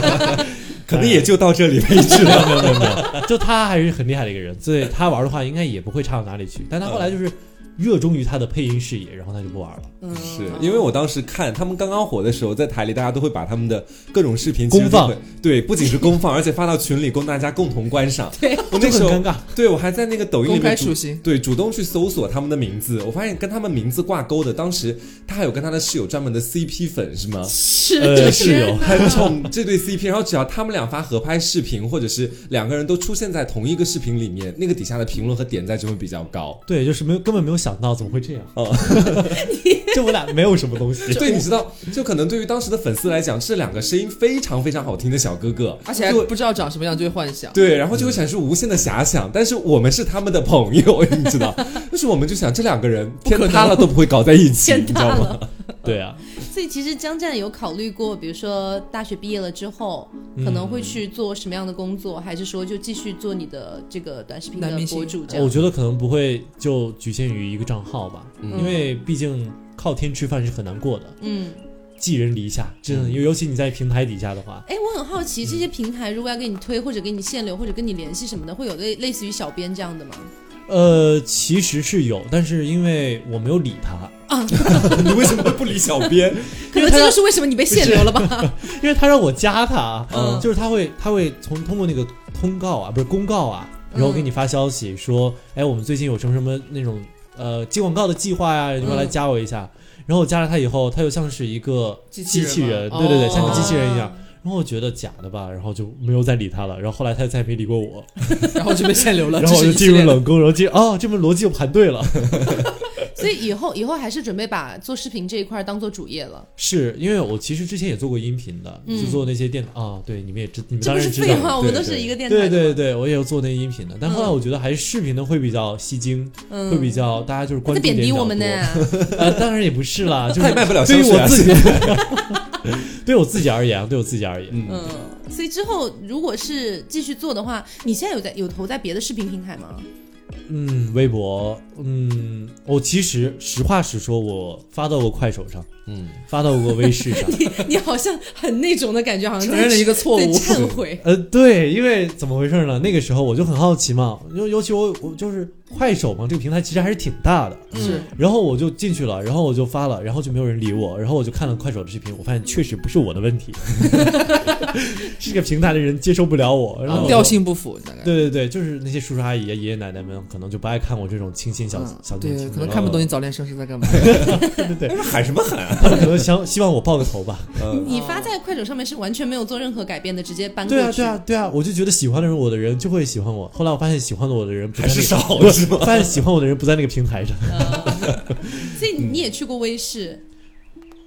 S2: 可能也就到这里为止了。
S5: 啊没有没有没有，就他还是很厉害的一个人，所以他玩的话应该也不会差到哪里去。但他
S2: 嗯
S5: 后来就是热衷于他的配音事业，然后他就不玩了。
S1: 嗯，
S2: 是因为我当时看他们刚刚火的时候，在台里大家都会把他们的各种视频
S5: 公
S2: 其实都
S5: 放
S2: 会，对，不仅是公放，而且发到群里供大家共同观赏。
S1: 对，
S2: 我
S5: 就
S2: 那时
S5: 很
S2: 候
S5: 尴尬，
S2: 对我还在那个抖音里
S3: 公开
S2: 面主
S3: 属性。
S2: 对，主动去搜索他们的名字，我发现跟他们名字挂钩的，当时他还有跟他的室友专门的 CP 粉是吗？
S1: 是
S5: 呃，
S1: 就
S5: 室
S1: 是
S5: 友，
S2: 很宠这对 CP，然后只要他们俩发合拍视频，或者是两个人都出现在同一个视频里面，那个底下的评论和点赞就会比较高。
S5: 对，就是没有根本没有想到怎么会这样
S2: 哦，
S5: 就我俩没有什么东西，
S2: 对，你知道，就可能对于当时的粉丝来讲，这两个声音非常非常好听的小哥哥，
S3: 而且还
S2: 就会
S3: 不知道长什么样，就会幻想。
S2: 对，然后就会产生无限的遐想。但是我们是他们的朋友， 你知道，但是我们就想这两个人天
S3: 可
S2: 塌
S3: 能
S2: 了都不会搞在一起，你
S1: 天
S2: 知道
S1: 大
S2: 吗？
S1: 了。
S5: 对啊，
S1: 所以其实江战有考虑过，比如说大学毕业了之后，可能会去做什么样的工作，还是说就继续做你的这个短视频的
S3: 男明星
S1: 博主这
S5: 我
S1: 样？
S5: 觉得可能不会就局限于一个账号吧，
S2: 嗯
S5: 因为毕竟靠天吃饭是很难过的，
S1: 嗯，
S5: 寄人篱下，真的，尤尤其你在平台底下的话，
S1: 哎，我很好奇，这些平台如果要给你推或者给你限流或者跟你联系什么的，会有类类似于小编这样的吗？
S5: 呃，其实是有，但是因为我没有理他，
S2: 你为什么会不理小编？
S1: 可能这就是为什么你被限流了吧？
S5: 因为他让我加他，
S2: 嗯
S5: 就是他会他会从通过那个通告啊，不是公告啊，然后给你发消息说，哎，我们最近有什么什么那种呃接广告的计划呀、你们来加我一下。然后我加了他以后，他又像是一个
S3: 机器
S5: 机
S3: 人
S5: 器
S3: 吗
S5: 人，对对对，
S3: 哦
S5: 像个机器人一样。然后我觉得假的吧，然后就没有再理他了。然后后来他再也没理过我，
S3: 然后就被限流了。
S5: 然后我
S3: 这
S5: 就
S3: 一系
S5: 是进
S3: 列
S5: 入
S3: 的
S5: 冷宫，然后进哦，这门逻辑又盘对了。
S1: 所以以后以后还是准备把做视频这一块当做主业了，
S5: 是因为我其实之前也做过音频的，
S1: 嗯
S5: 是做那些电啊、对，你们也知，你们
S1: 这
S5: 当
S1: 不是
S5: 然知 道
S1: 废话，
S5: 了。
S1: 我们
S2: 对
S1: 都是
S2: 对
S1: 一个电台的
S5: 对对
S1: 嘛，
S5: 对，我也有做那音频的，但后来我觉得还是视频的会比较吸睛，
S1: 嗯
S5: 会比较大家就是关
S1: 在
S5: 注点
S1: 贬低
S5: 比较
S1: 我们呢
S5: 多。 呃，当然也不是啦，就
S2: 他
S5: 是
S2: 也卖不了
S5: 对于
S2: 香水
S5: 我
S2: 啊
S5: 自己，对我自己 而言啊，对我自己而言，
S2: 嗯，
S1: 嗯，所以之后如果是继续做的话，你现在有在有投在别的视频平台吗？
S5: 嗯，微博，嗯，我其实实话实说，我发到过快手上，
S2: 嗯，
S5: 发到过微视上。
S1: 你你好像很那种的感觉，好像
S3: 承认了一
S1: 个
S3: 个错误。
S1: 忏 悔。
S5: 呃，对，因为怎么回事呢？那个时候我就很好奇嘛，尤尤其我我就是快手嘛，这个平台其实还是挺大的，
S3: 是
S5: 然后我就进去了，然后我就发了，然后就没有人理我，然后我就看了快手的视频，我发现确实不是我的问 题，是这个平台的人接受不了我，然后
S3: 啊
S5: 我就
S3: 调。性不符，大概
S5: 对对对，就是那些叔叔阿姨、爷爷奶奶们可能就不爱看我这种清新小、
S3: 嗯
S5: 小年轻
S3: 对，
S5: 哦人，
S3: 可能看不懂你早恋生是在干嘛。
S2: 他说喊什么喊啊？
S5: 他们可能想希望我爆个头吧。
S2: 嗯，
S1: 你发在快手上面是完全没有做任何改变的，直接搬过
S5: 对
S1: 去。
S5: 啊对啊对啊，我就觉得喜欢的人我的人就会喜欢我。后来我发现喜欢我的人不在
S2: 还是
S5: 那个
S2: 少
S5: 不
S2: 是吗
S5: 发现喜欢我的人不在那个平 台上，
S3: 啊
S1: 所以
S3: 嗯
S1: 你也去过微视，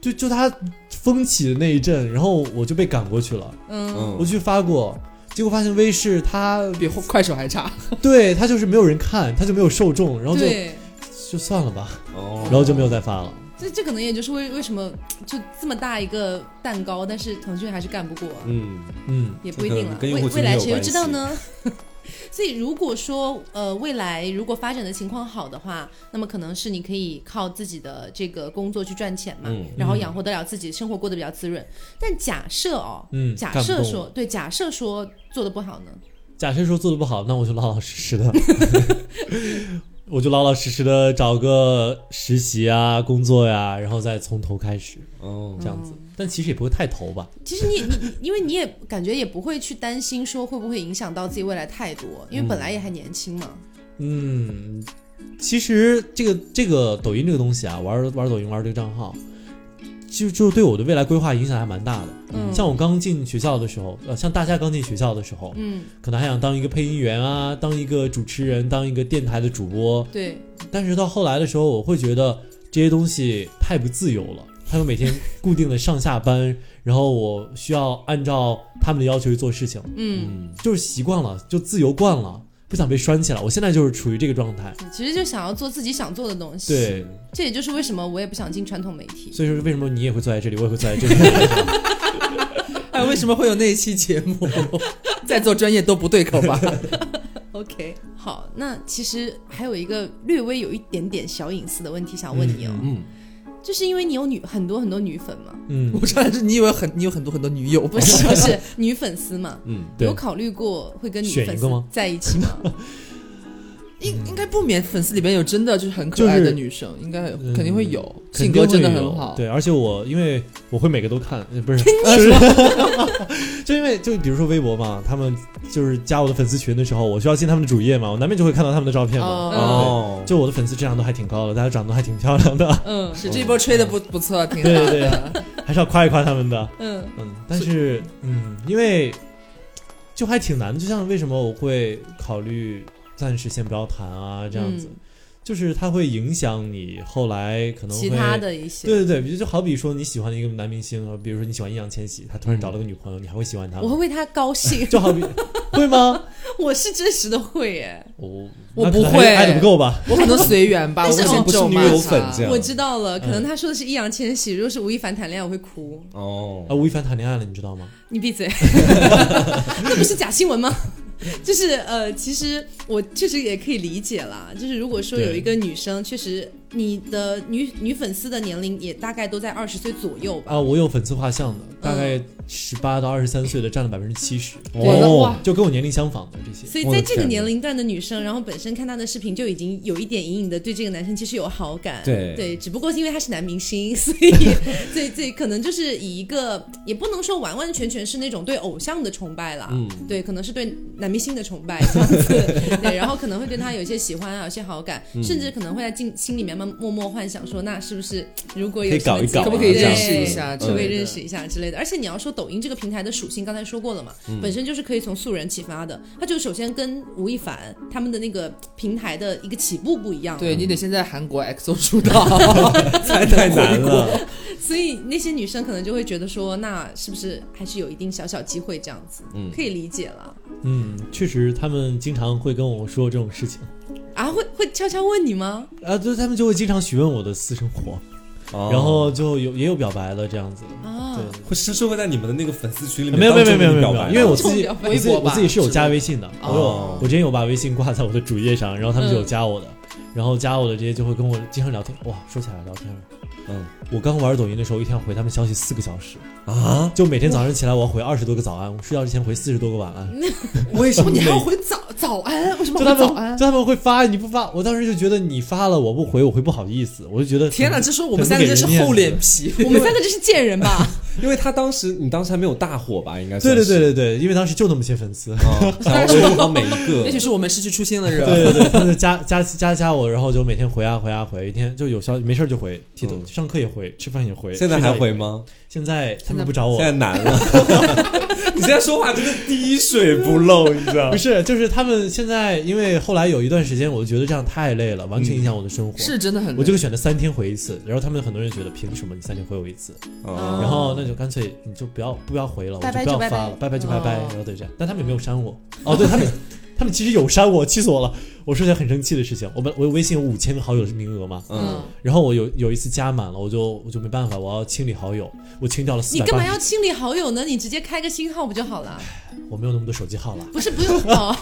S5: 就就他风起的那一阵，然后我就被赶过去了。
S1: 嗯，
S5: 我
S2: 嗯，
S5: 去发过，结果发现微视它
S3: 比快手还 差，
S5: 对它就是没有人看，它就没有受众，然后就
S1: 对，
S5: 就算了吧，
S2: 哦
S5: 然后就没有再发了。
S1: 这这可能也就是为为什么就这么大一个蛋糕，但是腾讯还是干不过。
S2: 嗯，
S5: 嗯，
S1: 也不一定了，
S2: 这可能跟
S1: 未
S2: 用户
S1: 未来
S2: 群体
S1: 谁
S2: 有
S1: 又
S2: 关系
S1: 知道呢？ 所以如果说呃未来如果发展的情况好的话，那么可能是你可以靠自己的这个工作去赚钱嘛，
S2: 嗯
S1: 然后养活得了自己，生活过得比较滋润。但假设哦，
S5: 嗯
S1: 假
S5: 干不
S1: 设
S5: 动
S1: 说对，假设说做的不好呢，
S5: 假设说做的不好，那我就老老实 实的，我就老老实实的找个实习啊、工作呀、然后再从头开始
S2: 哦
S5: 这，样子。但其实也不会太头吧，
S1: 其实你也你因为你也感觉也不会去担心说会不会影响到自己未来太多，因为本来也还年轻嘛。
S5: 嗯，其实这个这个抖音这个东西啊，玩玩抖音玩这个账号，就就对我的未来规划影响还蛮大的。
S1: 嗯
S5: 像我刚进学校的时候，呃，像大家刚进学校的时候，
S1: 嗯，
S5: 可能还想当一个配音员啊，当一个主持人，当一个电台的主播。
S1: 对，
S5: 但是到后来的时候，我会觉得这些东西太不自由了。他们每天固定的上下班， 然后我需要按照他们的要求去做事情，
S1: 嗯
S2: 嗯，
S5: 就是习惯了，就自由惯了。不想被拴起来。我现在就是处于这个状态，
S1: 嗯其实就想要做自己想做的东西。，
S5: 对，
S1: 这也就是为什么我也不想进传统媒体。
S5: 所以说为什么你也会坐在这里，我也会坐在这里。
S3: 哎，为什么会有那一期节目？ 在做专业都不对口吧？
S1: OK，好，那其实还有一个略微有一点点小隐私的问题想问你哦，
S2: 嗯，
S1: 就是因为你有女很多很多女粉 嘛，
S5: 嗯，
S3: 我上来是你以为很你有很多很多女友，
S1: 不是不是女粉丝嘛，
S2: 嗯，
S5: 对
S1: 有考虑过会跟女
S5: 选一
S1: 粉
S5: 个
S1: 丝
S5: 吗
S1: 在一起吗？
S3: 应应该不免粉丝里边有真的就是很可爱
S5: 就
S3: 的
S5: 是
S3: 女生，应该
S5: 嗯
S3: 肯定会有，性
S5: 肯定
S3: 格真的
S5: 会
S3: 很
S5: 有
S3: 好。
S5: 对，而且我因为我会每个都看，呃不是，
S3: 啊
S5: 呃是就因为 就比如说微博嘛，他们就是加我的粉丝群的时候，我需要进他们的主页嘛，我难免就会看到他们的照片嘛。
S3: 哦
S2: 哦
S5: 对，就我的粉丝质量都还挺高的，大家长得还挺漂亮的，
S1: 嗯
S3: 是这波吹的不不错，挺好
S5: 对
S3: 的。
S5: 对啊还是要夸一夸他们的。
S1: 嗯
S5: 嗯，但是嗯，因为就还挺难的，就像为什么我会考虑暂时先不要谈啊这样子，
S1: 嗯
S5: 就是它会影响你后来可能会
S1: 其他的一些，
S5: 对对对，比如就好比说你喜欢的一个男明星，呃比如说你喜欢易烊千玺，他突然找了个女朋友，你还会喜欢他
S1: 我会
S5: 吗？，
S1: 为他高兴
S5: 就好比会吗？
S1: 我是真实的会耶，
S5: 我
S3: 我
S5: 那
S3: 不
S5: 可能还
S3: 会
S5: 爱的不够吧？
S3: 我可能随缘 吧，我
S1: 但是
S3: 不
S1: 哦
S3: 想
S2: 不是
S3: 咒骂
S2: 女友
S3: 他
S2: 粉
S5: 啊
S2: 这样
S1: 我知道
S5: 嗯
S1: 了，可能他说的是易烊千玺，如果是吴亦凡谈恋爱，我会哭。
S2: 哦
S5: 啊，，吴亦凡谈恋爱了，你知道吗？
S1: 你闭嘴，这不是假新闻吗？就是呃，其实我确实也可以理解啦。就是如果说有一个女生，确实你的女女粉丝的年龄也大概都在二十岁左右吧。
S5: 啊，我有粉丝画像的，大概十八到二十三岁的占了百分之七十，
S3: 我的
S2: 哦
S3: 哇，
S5: 就跟我年龄相仿的 这些。
S1: 所以在这个年龄段的女生，然后本身看她的视频就已经有一点隐隐的对这个男生其实有好感，
S2: 对
S1: 只不过是因为他是男明星， 所以所以所以可能就是以一个也不能说完完全全是那种对偶像的崇拜啦，
S2: 嗯
S1: 对，可能是对男明星的崇拜这样 子，对，然后可能会对他有一些喜欢啊，有些好感，
S3: 嗯
S1: 甚至可能会在进心里面慢默默幻想说，那是不是如果有
S2: 可以
S1: 什么
S2: 搞一
S1: 机会
S2: 搞
S3: 可不可以
S1: 对
S3: 认识一下之
S1: 可不可以
S3: 类的
S1: 认识一下之类的。而且你要说抖音这个平台的属性，刚才说过了嘛，
S3: 嗯
S1: 本身就是可以从素人启发的。它就首先跟吴亦凡他们的那个平台的一个起步不一样，
S3: 对
S5: 嗯
S3: 你得先在韩国 XO 出道，才 能
S2: 太难
S3: 回国。
S2: 了，
S1: 所以那些女生可能就会觉得说，那是不是还是有一定小小机会这样子，
S2: 嗯
S1: 可以理解了。
S5: 嗯，确实，他们经常会跟我说这种事情
S1: 啊，会会悄悄问你吗？
S5: 啊，就是他们就会经常询问我的私生活，
S2: 哦
S5: 然后就有也有表白了这样子。
S1: 啊，
S3: 嗯
S5: 对，
S2: 会是是会在你们的那个粉丝群里面
S5: 没有没有没
S2: 当
S5: 有
S2: 众
S5: 没有没
S2: 表
S5: 有，
S2: 白吗
S5: 因为我自
S1: 重
S5: 己
S1: 表白
S5: 我自己
S3: 微博
S5: 我
S3: 吧
S5: 自己是有
S3: 是
S5: 加
S3: 吧
S5: 微信的，我
S2: 哦
S5: 有 我之前有把微信挂在我的主页上，然后他们就有
S1: 嗯
S5: 加我的，然后加我的这些就会跟我经常聊天。哇，说起来聊天了，
S2: 嗯
S5: 我刚玩抖音的时候，一天要回他们消息四个小时，
S2: 啊，
S5: 就每天早上起来我要回二十多个早安，我睡觉之前回四十多个晚安。
S2: 为什么
S3: 你还要
S2: 每
S3: 回早早安？为什么回
S5: 就他们
S3: 早安？
S5: 就他们会发，你不发，我当时就觉得你发了我不回，我会不好意思，我就觉得
S3: 天哪，这说我们三个真是厚脸皮。
S1: 我们三个就是贱人吧？
S2: 因为他当时你当时还没有大火吧？应该
S5: 对
S2: 算
S5: 对
S2: 是
S5: 对对对，因为当时就那么些粉丝，
S2: 哦 想要维护好每一
S3: 也许
S2: 个，
S3: 是我们失去初心的人。
S5: 对对对，他们就加加加加我，然后就每天回啊回啊回，一天就有消息没事儿就回，踢抖、
S2: 嗯
S5: 上课也回，吃饭也回，
S2: 现在
S5: 睡觉
S2: 还
S5: 也
S2: 回？吗？
S5: 现在他们不找我
S2: 现在，难 了，你现在说话真的滴水不漏，你知道
S5: 不？是，就是他们现在因为后来有一段时间，我觉得这样太累了，完全影响我的生活。
S3: 是真的很累，
S5: 我就会选择三天回一次，然后他们很多人觉得凭什么你三天回我一次？
S2: 哦
S5: 然后那就干脆你就不要不要回了，
S1: 拜拜
S5: 我就不
S1: 就拜
S5: 要发了，拜拜就拜拜，
S3: 哦
S5: 然后对这样。但他们也没有删我，哦，对他们，他们其实有删我，气死我了！我说起来很生气的事情，我本我微信有五千个好友的名额嘛，
S2: 嗯，
S5: 然后我有有一次加满了，我就我就没办法，我要清理好友，我清掉了四
S1: 你
S5: 百
S1: 干嘛
S5: 八
S1: 要清理好友呢？你直接开个新号不就好了？
S5: 我没有那么多手机号了。
S1: 不是 不用哦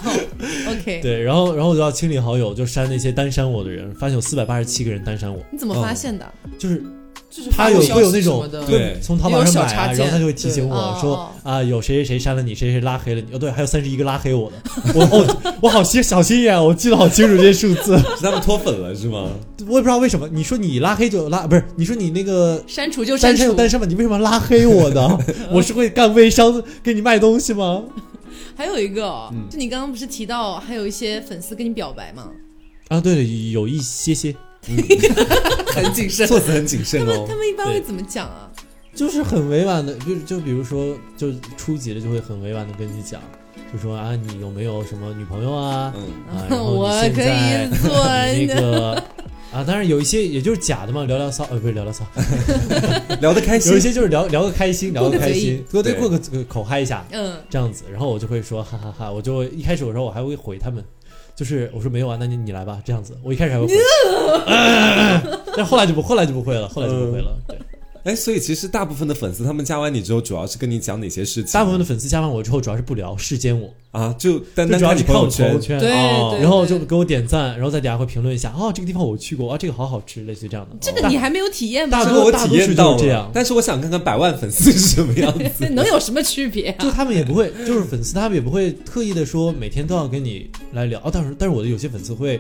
S1: ，OK。
S5: 对，嗯然后然后我就要清理好友，就删那些单删我的人，发现有四百八十七个人单删我，
S1: 你怎么发现的？
S5: 就是
S3: 就是
S5: 他有会有那种
S2: 对
S5: 会从淘宝上买啊，
S3: 有小插件
S5: 然后他就会提醒
S1: 对
S5: 我
S1: 哦
S5: 说啊，有谁谁谁删了你，谁谁谁拉黑了你。哦，对，还有三十一个拉黑我的，我哦，我好心小心眼，我记得好清楚这些数字，
S2: 是他们脱粉了是吗？
S5: 我也不知道为什么。你说你拉黑就拉，不是你说你那个
S1: 删除就删
S5: 单身
S1: 除
S5: 就，单身吧，你为什么拉黑我呢？ 我是会干微商给你卖东西吗？
S1: 还有一个哦，
S5: 嗯
S1: 就你刚刚不是提到还有一些粉丝跟你表白吗？
S5: 啊，对，有一些些，
S3: 很谨慎。
S2: 措辞很谨慎
S1: 他们
S2: 哦
S1: 他。们一般会
S5: 对
S1: 怎么讲啊？
S5: 就是很委婉的，就就比如说，就初级的就会很委婉的跟你讲，就说啊，你有没有什么女朋友啊？
S2: 嗯，
S5: 啊，然后你
S1: 我
S5: 现
S1: 可
S5: 在
S1: 以做
S5: 你
S1: 你
S5: 那个啊， 啊，当然有一些也就是假的嘛，聊聊骚，呃，不是聊聊骚，
S1: 哎
S2: 嗯聊得开
S5: 有
S2: 心，
S5: 一些就是聊聊个开心，聊个开心，过对
S2: 对
S5: 过个呃口嗨一下
S1: 嗯，
S5: 这样子，然后我就会说哈哈哈我就一开始我说我还会回他们，就是我说没有啊，那你你来吧这样子，我一开 始还会回， 哎但是后来就不后来就不会了，后来就不会
S1: 嗯
S5: 了，对。
S2: 哎，所以其实大部分的粉丝他们加完你之后，主要是跟你讲哪些事情？
S5: 大部分的粉丝加完我之后，主要是不聊，视奸我，
S2: 啊，就单
S5: 就
S2: 单
S5: 主要
S2: 看
S5: 是
S2: 你
S5: 看
S2: 朋
S5: 我
S2: 友
S5: 朋友
S2: 圈。
S5: 圈，
S1: 对
S5: 哦
S1: 对
S5: 然后
S1: 对
S5: 就给我点赞，然后在底下会评论一下，哦，这个地方我去过，啊，这个好好吃，类似于这样的。
S1: 这个你还没有体验吧
S5: 大？
S2: 这
S5: 多
S2: 个我
S5: 大
S2: 体
S5: 多数
S2: 验到
S5: 就是这
S2: 了
S5: 样，
S2: 但是我想看看百万粉丝是什么样子。
S1: 能有什么区别啊？
S5: 就他们也不会，就是粉丝他们也不会特意的说每天都要跟你来聊。哦，但是但是我的有些粉丝会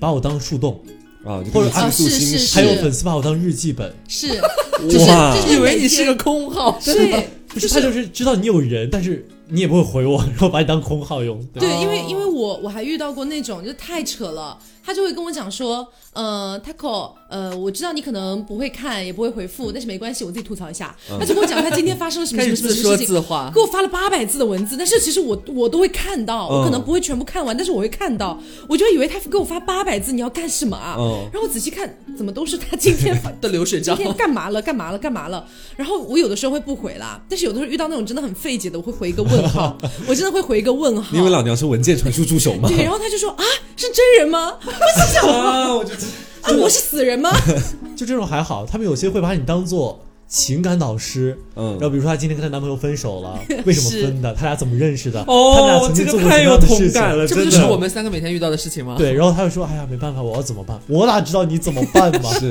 S5: 把我当树洞，
S2: 啊，就
S5: 或
S2: 跟你
S5: 者
S2: 倾诉
S1: 啊是是
S2: 心事
S5: 还有粉丝把我当日记本，
S1: 是，
S2: 哇
S1: 这是这是
S3: 以为你
S1: 每
S3: 是
S1: 天
S3: 个空号，真的
S1: 对
S5: 不是他就是知道你有人，但是你也不会回我，然后把你当空号用。对
S3: 哦
S1: 对，因为因为我我还遇到过那种就太扯了，他就会跟我讲说，呃，Taco，呃，我知道你可能不会看，也不会回复，但是没关系，我自己吐槽一下。他就跟我讲他今天发生了什么
S3: 开
S1: 什
S3: 始
S1: 么什么什
S3: 嗯自
S1: 么
S3: 说
S1: 事情。
S3: 自话
S1: 给。我发了八百字的文字，但是其实我我都会看到，
S3: 嗯
S1: 我可能不会全部看完，但是我会看到，我就以为他给我发八百字，你要干什么啊？
S2: 嗯
S1: 然后我仔细看，怎么都是他今天 发
S3: 的流水
S1: 今
S3: 账，
S1: 天干嘛了？干嘛了？干嘛了？然后我有的时候会不回啦，但是有的时候遇到那种真的很费解的，我会回一个问 号，我真的会回一个问号。
S2: 因为老娘是文件传输助手嘛。
S1: 对，然后他就说啊，是真人吗？我是想，
S2: 啊，我就
S1: 啊我是死人吗？
S5: 就这种还好，他们有些会把你当做情感导师，
S2: 嗯
S5: 然后比如说她今天跟她男朋友分 手了，为什么分的？他俩怎么认识的？他们俩
S2: 哦，
S5: 曾
S2: 这
S5: 经
S2: 个
S5: 做过
S2: 太
S5: 什么
S2: 有
S5: 样的
S2: 同
S5: 事情？
S2: 感了，
S3: 这不
S2: 真
S3: 就
S2: 的
S3: 是我们三个每天遇到的事情吗？
S5: 对，然后他就说：“哎呀，没办法，我要怎么办？我哪知道你怎么办嘛？
S2: 是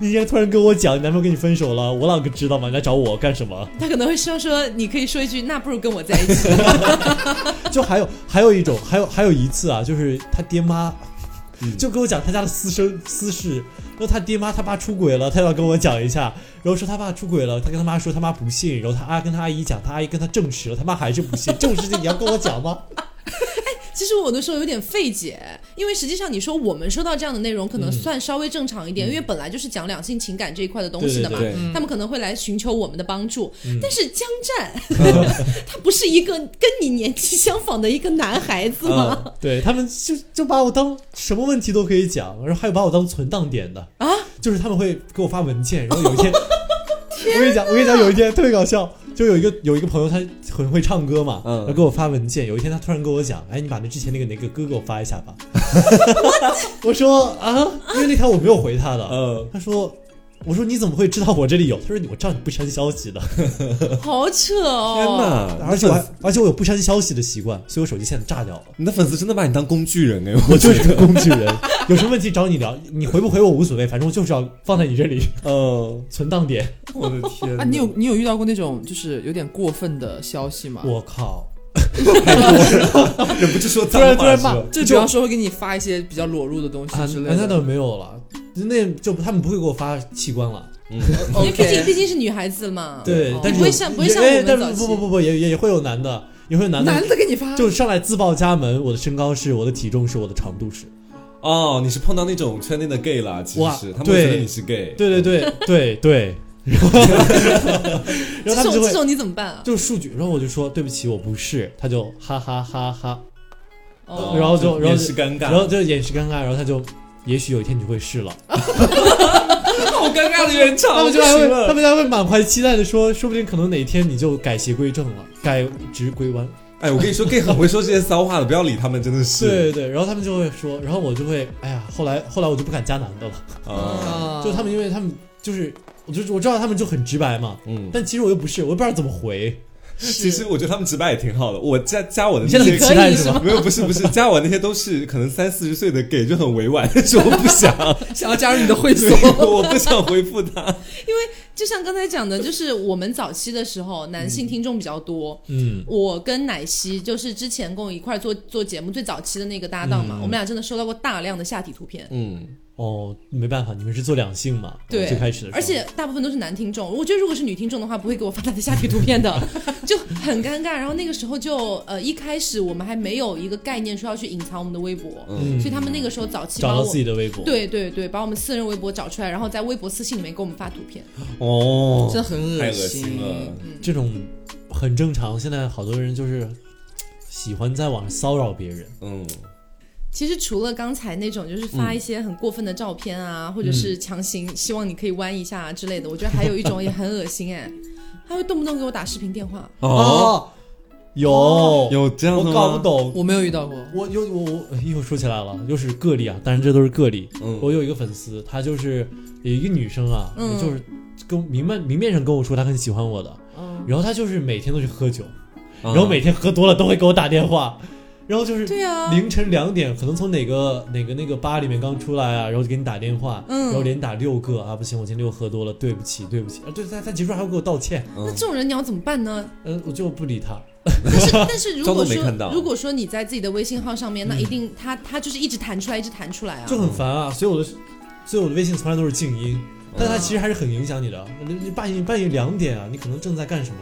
S5: 你今天突然跟我讲你男朋友跟你分手了，我哪个知道嘛？你来找我干什么？
S1: 他可能会说说，你可以说一句，那不如跟我在一起。
S5: 就还有还有一种，还有还有一次啊，就是他爹妈。
S2: 嗯
S5: 就跟我讲他家的私生私事，然后他爹妈他爸出轨了，他要跟我讲一下，然后说他爸出轨了，他跟他妈说他妈不信，然后他阿跟他阿姨讲，他阿姨跟他证实了，他妈还是不信，这种事情你要跟我讲吗？
S1: 其实我有的时候有点费解，因为实际上你说我们收到这样的内容，可能
S5: 嗯
S1: 算稍微正常一点，因为本来就是讲两性情感这一块的东西的嘛。
S2: 对，
S1: 他们可能会来寻求我们的帮助，
S5: 嗯
S1: 但是江战， 他不是一个跟你年纪相仿的一个男孩子吗？
S5: 对他们就就把我当什么问题都可以讲，然后还有把我当存档点的啊，就是他们会给我发文件，然后有一 天，我跟你讲，我跟你讲，有一天特别搞笑，就有一个有一个朋友他很会唱歌嘛，
S2: 嗯
S5: 然后给我发文件，有一天他突然跟我讲，哎，你把那之前那个哪个歌给我发一下 吧，我说啊，因为那条我没有回他的，
S2: 嗯
S5: 他说。我说你怎么会知道我这里有？他说我知道你不删消息的，
S1: 好扯哦！
S2: 天哪，
S5: 而且我还而且我有不删消息的习惯，所以我手机现在炸掉了。
S2: 你的粉丝真的把你当工具人哎， 我
S5: 我就是个工具人， 有什么问题找你聊，你回不回我无所谓，反正我就是要放在你这里
S2: 嗯，
S5: 存档点。
S2: 我的天
S3: 啊，你有你有遇到过那种就是有点过分的消息吗？
S5: 我靠！
S2: 忍不住说
S5: 突
S2: 脏
S5: 然突
S2: 话
S5: 然
S2: 是
S5: 骂
S2: 吧？，
S3: 就比方说会给你发一些比较裸露的东西
S5: 啊，
S3: 之类
S5: 那
S3: 的。
S5: 倒没有了，那就他们不会给我发器官了。
S1: 因为毕竟
S3: OK，
S1: 毕竟是女孩子嘛，
S5: 对，但
S1: 哦
S5: 是
S1: 不会
S5: 有
S1: 像不会
S5: 也
S1: 像我
S5: 哎
S1: 们
S5: 但
S1: 早
S5: 是
S1: 期
S5: 不不不不，也也也会有男的，也会有男
S3: 男
S5: 的，
S3: 的给你发，
S5: 就上来自报家门，我的身高是，我的体重是，我的长度是。
S2: 哦，你是碰到那种圈内的 gay 啦，其实
S5: 哇
S2: 是他们
S5: 对
S2: 会觉得你是 gay，
S5: 对对对对对， 然后然
S1: 这
S5: 后他们
S1: 种
S5: 就
S1: 这
S5: 会
S1: 种你怎么办啊？
S5: 就数据，然后我就说对不起，我不是，他就哈哈哈哈。
S1: 哦
S5: 然后就然后
S2: 也
S5: 就是
S2: 尴
S5: 然后
S2: 尬，
S5: 就掩饰尴尬，然后他就，也许有一天你会是了，
S3: 好尴尬的 原唱
S5: 他们就还会，他们就还会满怀期待的说，说不定可能哪天你就改邪归正了，改直归弯。
S2: 哎，我跟你 说 gay 很会说这些骚话的，不要理他们，真的是
S5: 对对对，然后他们就会说，然后我就会，哎呀，后来后来我就不敢加男的了，
S2: 啊，
S3: 啊
S5: 就他们因为他们就是，我就我知道他们就很直白嘛，
S2: 嗯，
S5: 但其实我又不是，我又不知道怎么回。
S2: 其实我觉得他们直白也挺好的，我加加我的
S5: 你
S2: 那
S5: 现在
S2: 些
S5: 很期待是吗？
S2: 没有，不是不是，加我那些都是可能三四十岁的 gay，就很委婉 地说我不想，
S3: 想要加入你的会所
S2: 对， 我不想回复他。
S1: 就像刚才讲的，就是我们早期的时候，男性听众比较多。
S5: 嗯，
S1: 我跟奶昔就是之前跟我一块儿做做节目最早期的那个搭档
S5: 嗯
S1: 嘛，我们俩真的收到过大量的下体图片，
S2: 嗯，
S5: 哦，没办法，你们是做两性嘛，
S1: 对
S5: 最开始的时候，
S1: 而且大部分都是男听众。我觉得如果是女听众的话，不会给我发她的下体图片 的，就很尴尬。然后那个时候就呃，一开始我们还没有一个概念说要去隐藏我们的微博，
S5: 嗯
S1: 所以他们那个时候早期
S5: 找
S1: 帮
S5: 到
S1: 我
S5: 自己的微博，，
S1: 对对对，把我们私人微博找出来，然后在微博私信里面给我们发图片。
S2: 哦
S3: 真，的很
S2: 太
S3: 恶
S2: 恶心了。
S5: 这种很正常。现在好多人就是喜欢在网上骚扰别人。
S2: 嗯，
S1: 其实除了刚才那种，就是发一些很过分的照片啊，或者
S2: 嗯
S1: 是强行希望你可以弯一下啊之类的，我觉得还有一种也很恶心哎，他会动不动给我打视频电话，
S2: 哦，，
S5: 啊有
S2: 有这样的
S5: 我
S2: 吗？
S5: 搞不懂。
S3: 我没有遇到过。
S5: 我有我我又说起来了，又是个例啊，当然这都是个例。
S2: 嗯
S5: 我有一个粉丝，她就是有一个女生啊，
S1: 嗯
S5: 就是跟明面明面上跟我说她很喜欢我的，
S3: 嗯
S5: 然后她就是每天都去喝酒，
S2: 嗯
S5: 然后每天喝多了都会给我打电话，然后就是
S1: 对啊，
S5: 凌晨两点，可能从哪个哪个那个吧里面刚出来啊，然后就给你打电话，
S1: 嗯
S5: 然后连打六个啊，不行，我今天又喝多了，对不起，对不起，啊，对，他他结束还要给我道歉，
S1: 那这种人你要怎么办 呢？
S5: 嗯，我就不理他，
S1: 但是但是如
S2: 装作
S1: 果
S2: 没看到嗯
S1: 说如果说你在自己的微信号上面，那一定他他就是一直弹出来，一直弹出来啊
S5: 就。
S2: 哦
S5: 很烦啊，所以我的所以我的微信从来都是静音，
S3: 嗯
S5: 但他其实还是很影响你的，你你半夜半夜两点啊，你可能正在干什么？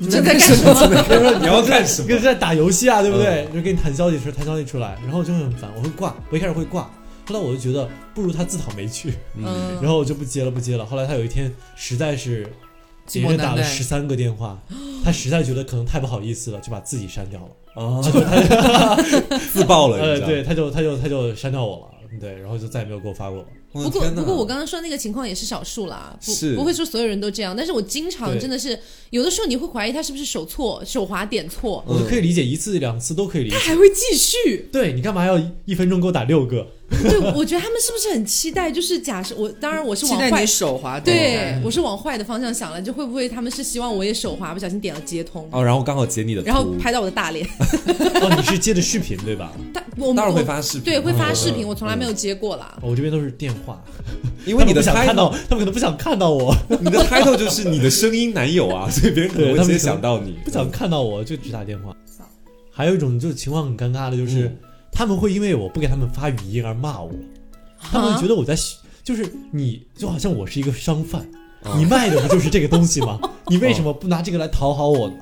S3: 你
S1: 正在干什么？
S2: 他说你要干什
S5: 你？在打游戏啊，对不对？
S3: 嗯
S5: 就给你弹消息时弹消息出来，然后就会很烦，我会挂，我一开始会挂，后来我就觉得不如他自讨没趣，
S2: 嗯，
S5: 然后我就不接了，不接了。后来他有一天实在是
S3: 寂
S5: 连
S3: 寞
S5: 着
S3: 难
S5: 打了
S3: 耐
S5: 十三个 电话，他实在觉得可能太不好意思了，就把自己 删掉了。
S2: 哦，自爆了，你
S5: 呃，
S2: 知道
S5: 对，，他就他就他就删掉我了，对，然后就再也没有给我发过了。
S2: 我
S1: 不
S2: 的
S1: 过
S2: 哦天哪
S1: 不过我刚刚说那个情况也是少数啦，不
S2: 是
S1: 不会说所有人都这样，但是我经常
S5: 对
S1: 真的是有的时候你会怀疑他是不是手错手滑点错，
S2: 嗯
S5: 我可以理解一次两次都可以理
S1: 他
S5: 解。
S1: 还会继续。
S5: 对你干嘛要一分钟给我打六个？
S1: 对，我觉得他们是不是很期待？就是假设我，当然我是
S3: 期
S1: 往
S3: 待
S1: 坏
S3: 你，手滑动
S1: 对我是往坏的方向想了，就会不会他们是希望我也手滑，不小心点了接通，
S2: 哦，然后刚好截你的图，
S1: 然后拍到我的大脸。
S5: 哦，你是接的视频对吧？
S1: 但我
S2: 当然会
S1: 我
S2: 发视频，
S1: 对会发
S5: 嗯
S1: 视频，
S5: 嗯
S1: 我从来没有接过 啦。
S5: 哦我这边都是电话，
S2: 因为你的
S5: 他们不想看
S2: title，
S5: 到，他们可能不想看到我，
S2: 你的 title 就是你的声音男友啊，所以别人可能
S5: 对
S2: 会
S5: 他
S2: 直
S5: 们
S2: 接
S5: 可能
S2: 想到你，
S5: 不想看到我就只打电话。还有一种就情况很尴尬的就是，他们会因为我不给他们发语音而骂我。他们会觉得我在嘘，就是你就好像我是一个商贩，你卖的不就是这个东西吗？你为什么不拿这个来讨好我呢？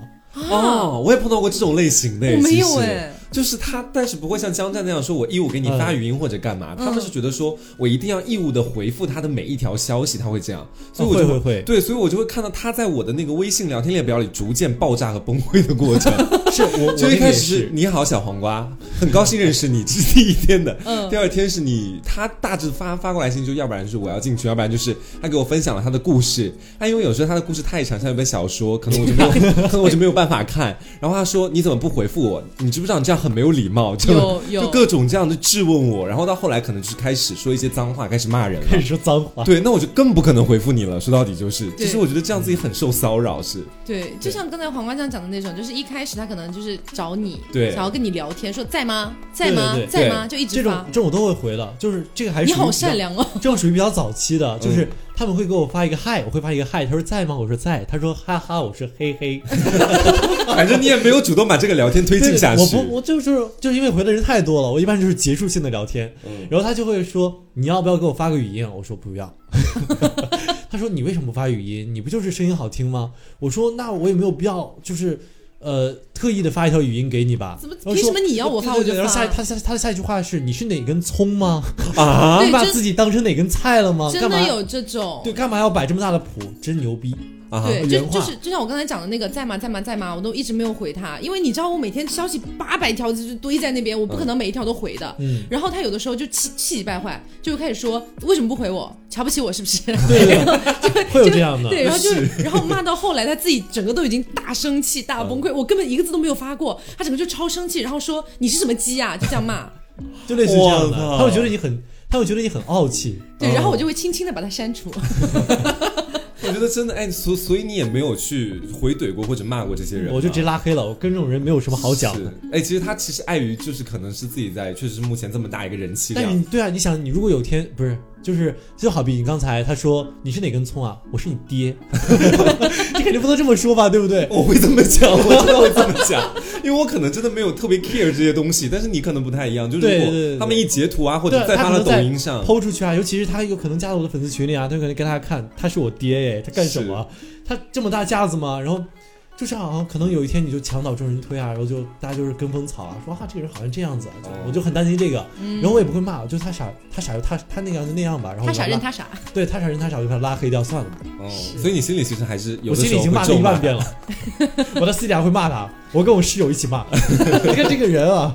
S2: 哦，我也碰到过这种类型的，
S1: 我没有
S2: 其实
S1: 哎
S2: 就是他，但是不会像江战那样说，我义务给你发语音或者干嘛，
S5: 嗯
S2: 他们是觉得说我一定要义务的回复他的每一条消息，他会这样，所以我就
S5: 哦会会会
S2: 对，所以我就会看到他在我的那个微信聊天列表里逐渐爆炸和崩溃的过 程。
S5: 是我我
S2: 就一
S5: 那个
S2: 开
S5: 也
S2: 始是
S5: 是，
S2: 你好小黄瓜，很高兴认识你，这是第一天的。
S1: 嗯
S2: 第二天是你他大致发发过来信，就要不然是我要进群，要不然就是他给我分享了他的故事。但因为有时候他的故事太长，像一本小说，可能我就没有， 可能我就没有办法看。然后他说你怎么不回复我？你知不知道你这样很没有礼貌？就
S1: 有有
S2: 就各种这样的质问我。然后到后来可能就是开始说一些脏话，开始骂人
S5: 开
S2: 了
S5: 始。说脏话。
S2: 对，那我就更不可能回复你了。说到底就是，其
S1: 对
S2: 实我觉得这样自己很受骚扰，是
S1: 对，就像刚才黄瓜酱讲的那种，就是一开始他可能就是找你，
S2: 对
S1: 想要跟你聊天，说在吗？在
S5: 对
S1: 吗？
S5: 对
S1: 在
S2: 对
S1: 吗？就一直
S5: 这种
S1: 发。
S5: 这种我都会回的，就是这个还是
S1: 你
S5: 属于
S1: 好
S5: 比较
S1: 善，良哦，
S5: 这种属于比较早期
S2: 嗯
S5: 的，就是他们会给我发一个嗨，我会发一个嗨，他说在吗？我说在，他说哈哈，我说嘿嘿，
S2: 反正你也没有主动把这个聊天推进下去。
S5: 我不，我就是就是因为回的人太多了，我一般就是结束性的聊天，
S2: 嗯
S5: 然后他就会说你要不要给我发个语音啊？我说不要。 他说你为什么不发语音？你不就是声音好听吗？我说那我也没有必要，就是呃特意的发一条语音给你吧。
S1: 怎么
S5: 然后
S1: 凭什
S5: 说
S1: 么你要我发
S5: 对对
S1: 我就
S5: 对然后
S1: 发
S5: 下他下他的下一句话是你是哪根葱吗？
S2: 啊，
S5: 你把
S1: 真
S5: 自己当成哪根菜了吗？
S1: 真
S5: 哦干嘛
S1: 的有这
S2: 哦
S1: 种
S5: 对，。干嘛要摆这么大的谱？真牛逼！
S2: 啊哈，
S1: 对，
S5: 原
S1: 就
S5: 话
S1: 就是就像我刚才讲的那个，在吗？在吗？在吗？我都一直没有回他，因为你知道我每天消息八百条就是堆在那边，我不可能每一条都回的。
S5: 嗯
S1: 然后他有的时候就气气急败坏，就开始说为什么不回我？瞧不起我是不是？
S5: 对对 对，会有这样的。
S1: 对，然后就 然后骂到后来他自己整个都已经大生气、大崩
S5: 嗯
S1: 溃，我根本一个字都没有发过，他整个就超生气，然后说你是什么鸡啊？就这样骂。
S5: 就类似于这样的
S2: 我，靠
S5: 他会觉得你很，他会觉得你很傲气。
S1: 对，然后
S5: 嗯
S1: 我就会轻轻的把他删除。
S2: 我觉得真的，哎，所所以你也没有去回怼过或者骂过这些人吗，啊
S5: 我就直接拉黑了。我跟这种人没有什么好讲
S2: 是
S5: 的。，
S2: 哎，其实他其实碍于就是可能是自己在，确实是目前这么大一个人气
S5: 但是
S2: 量
S5: 你，对啊，你想，你如果有天不是，就是就好比你刚才他说你是哪根葱啊，我是你 爹， 你肯定不能这么说吧，对不对？
S2: 我会这么讲，我真的会这么讲， 因为我可能真的没有特别 care 这些东西，但是你可能不太一样，就是
S5: 对
S2: 如
S5: 对
S2: 果
S5: 对
S2: 他们一截图啊，或
S5: 对
S2: 者，再
S5: 他
S2: 发到
S5: 可能
S2: 抖
S5: 在
S2: 音上，
S5: 抛出去啊，尤其是他有可能加到我的粉丝群里啊，他有可能给大家看他是我爹哎，他干什么？他这么大架子吗？然后就是好像可能有一天你就墙倒众人推啊，然后就大家就是跟风草啊，说啊这个人好像这样子啊，就
S2: 哦
S5: 我就很担心这个，然后我也不会骂，我就他傻他傻他他那样就那样吧，然后我
S1: 他
S5: 就
S1: 傻
S5: 拉
S1: 认他傻，
S5: 对他傻人他傻，我就把他拉黑掉算了。
S2: 哦，所以你心里其实还是有
S5: 我
S2: 的
S5: 心
S2: 时
S5: 里
S2: 候
S5: 已经骂
S2: 会
S5: 了
S2: 咒
S5: 一
S2: 骂
S5: 万遍 了，我在私底下会骂他，我跟我室友一起骂。你看这个人啊，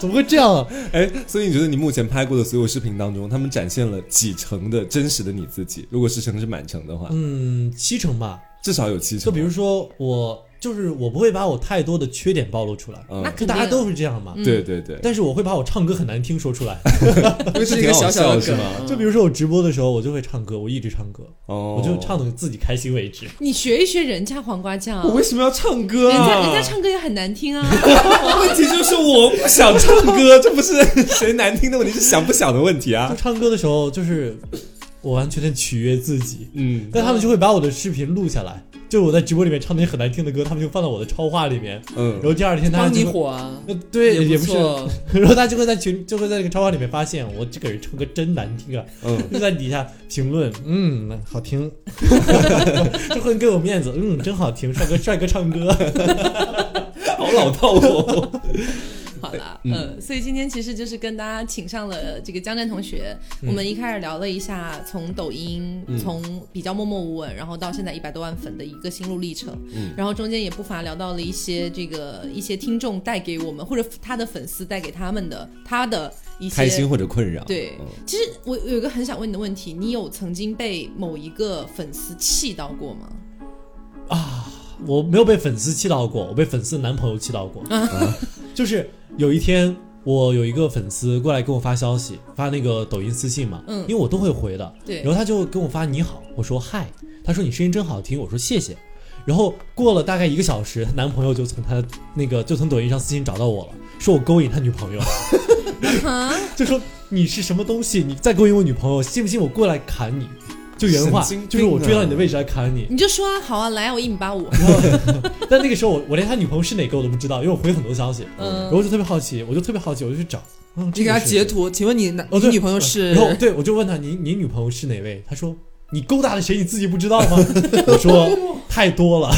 S5: 怎么会这样啊？
S2: 哎，所以你觉得你目前拍过的所有视频当中，他们展现了几成的真实的你自己？如果是成是满成的话，
S5: 嗯，七成吧。
S2: 至少有七成。
S5: 就比如说我，就是我不会把我太多的缺点暴露出来，
S2: 嗯
S1: 那，
S5: 就
S1: 肯定
S5: 大家
S1: 啊
S5: 都是这样嘛。
S2: 对对对，
S5: 但是我会把我唱歌很难听说出来，
S2: 因为
S3: 是一
S2: 挺
S3: 个
S2: 好
S3: 小小
S2: 笑
S3: 的
S2: 是
S3: 梗
S2: 吗？
S5: 就比如说我直播的时候，我就会唱歌，我一直唱歌，
S2: 哦，
S5: 我就唱的自己开心为止。
S1: 你学一学人家黄瓜酱，
S2: 我为什么要唱歌
S1: 人家
S2: 啊？
S1: 人家唱歌也很难听啊。
S2: 问题就是我不想唱歌，这不是谁难听的问题，是想不想的问题
S5: 就
S2: 啊。
S5: 唱歌的时候，就是我完全的取悦自己，
S2: 嗯
S5: 但他们就会把我的视频录下来，就是我在直播里面唱那些很难听的歌，他们就放到我的超话里面，然
S2: 嗯，
S5: 后第二天大家
S3: 帮你
S5: 就会。
S3: 火啊，
S5: 呃，对，也
S3: 不
S5: 不是，
S3: 错。
S5: 然后大家就会在群，就会在这个超话里面发现我这个人唱歌真难听啊，
S2: 嗯，
S5: 就在底下评论，嗯，好听， 就很给我面子，嗯，真好听，帅哥，帅哥唱歌，
S2: 好老套哦。
S1: 好了，
S2: 嗯
S1: 嗯，所以今天其实就是跟大家请上了这个江战同学，我们一开始聊了一下从抖音、
S2: 嗯
S1: 从比较默默无闻，然后到现在一百多万粉的一个心路历程，
S2: 嗯
S1: 然后中间也不乏聊到了一些这个一些听众带给我们或者他的粉丝带给他们的他的一些
S2: 开心或者困扰，
S1: 对
S2: 嗯，
S1: 其实我有一个很想问你的问题，你有曾经被某一个粉丝气到过吗？
S5: 我没有被粉丝气到过，我被粉丝男朋友气到过。
S2: 啊
S5: 就是有一天，我有一个粉丝过来跟我发消息，发那个抖音私信嘛，
S1: 嗯
S5: 因为我都会回的。
S1: 对
S5: 然后他就跟我发你好，我说嗨，他说你声音真好听，我说谢谢。然后过了大概一个小时，她男朋友就从她的那个就从抖音上私信找到我了，说我勾引他女朋友，
S1: 啊，
S5: 就说你是什么东西，你再勾引我女朋友，信不信我过来砍你？就原话，
S2: 神经病啊
S5: 就是我追到你的位置来砍你。
S1: 你就说啊好啊，来啊，我一米八 五，
S5: 但那个时候我我连他女朋友是哪个我都不知道，因为我回很多消息，然后
S1: 嗯，
S5: 我就特别好奇，我就特别好奇，我就去找，嗯，
S3: 你给他
S5: 这个是
S3: 截，图，请问你男
S5: 哦，
S3: 你
S5: 对，
S3: 女朋友是
S5: 然？后对我就问他，你你女朋友是哪位？他说你勾搭了谁，你自己不知道吗？ 我说太多了，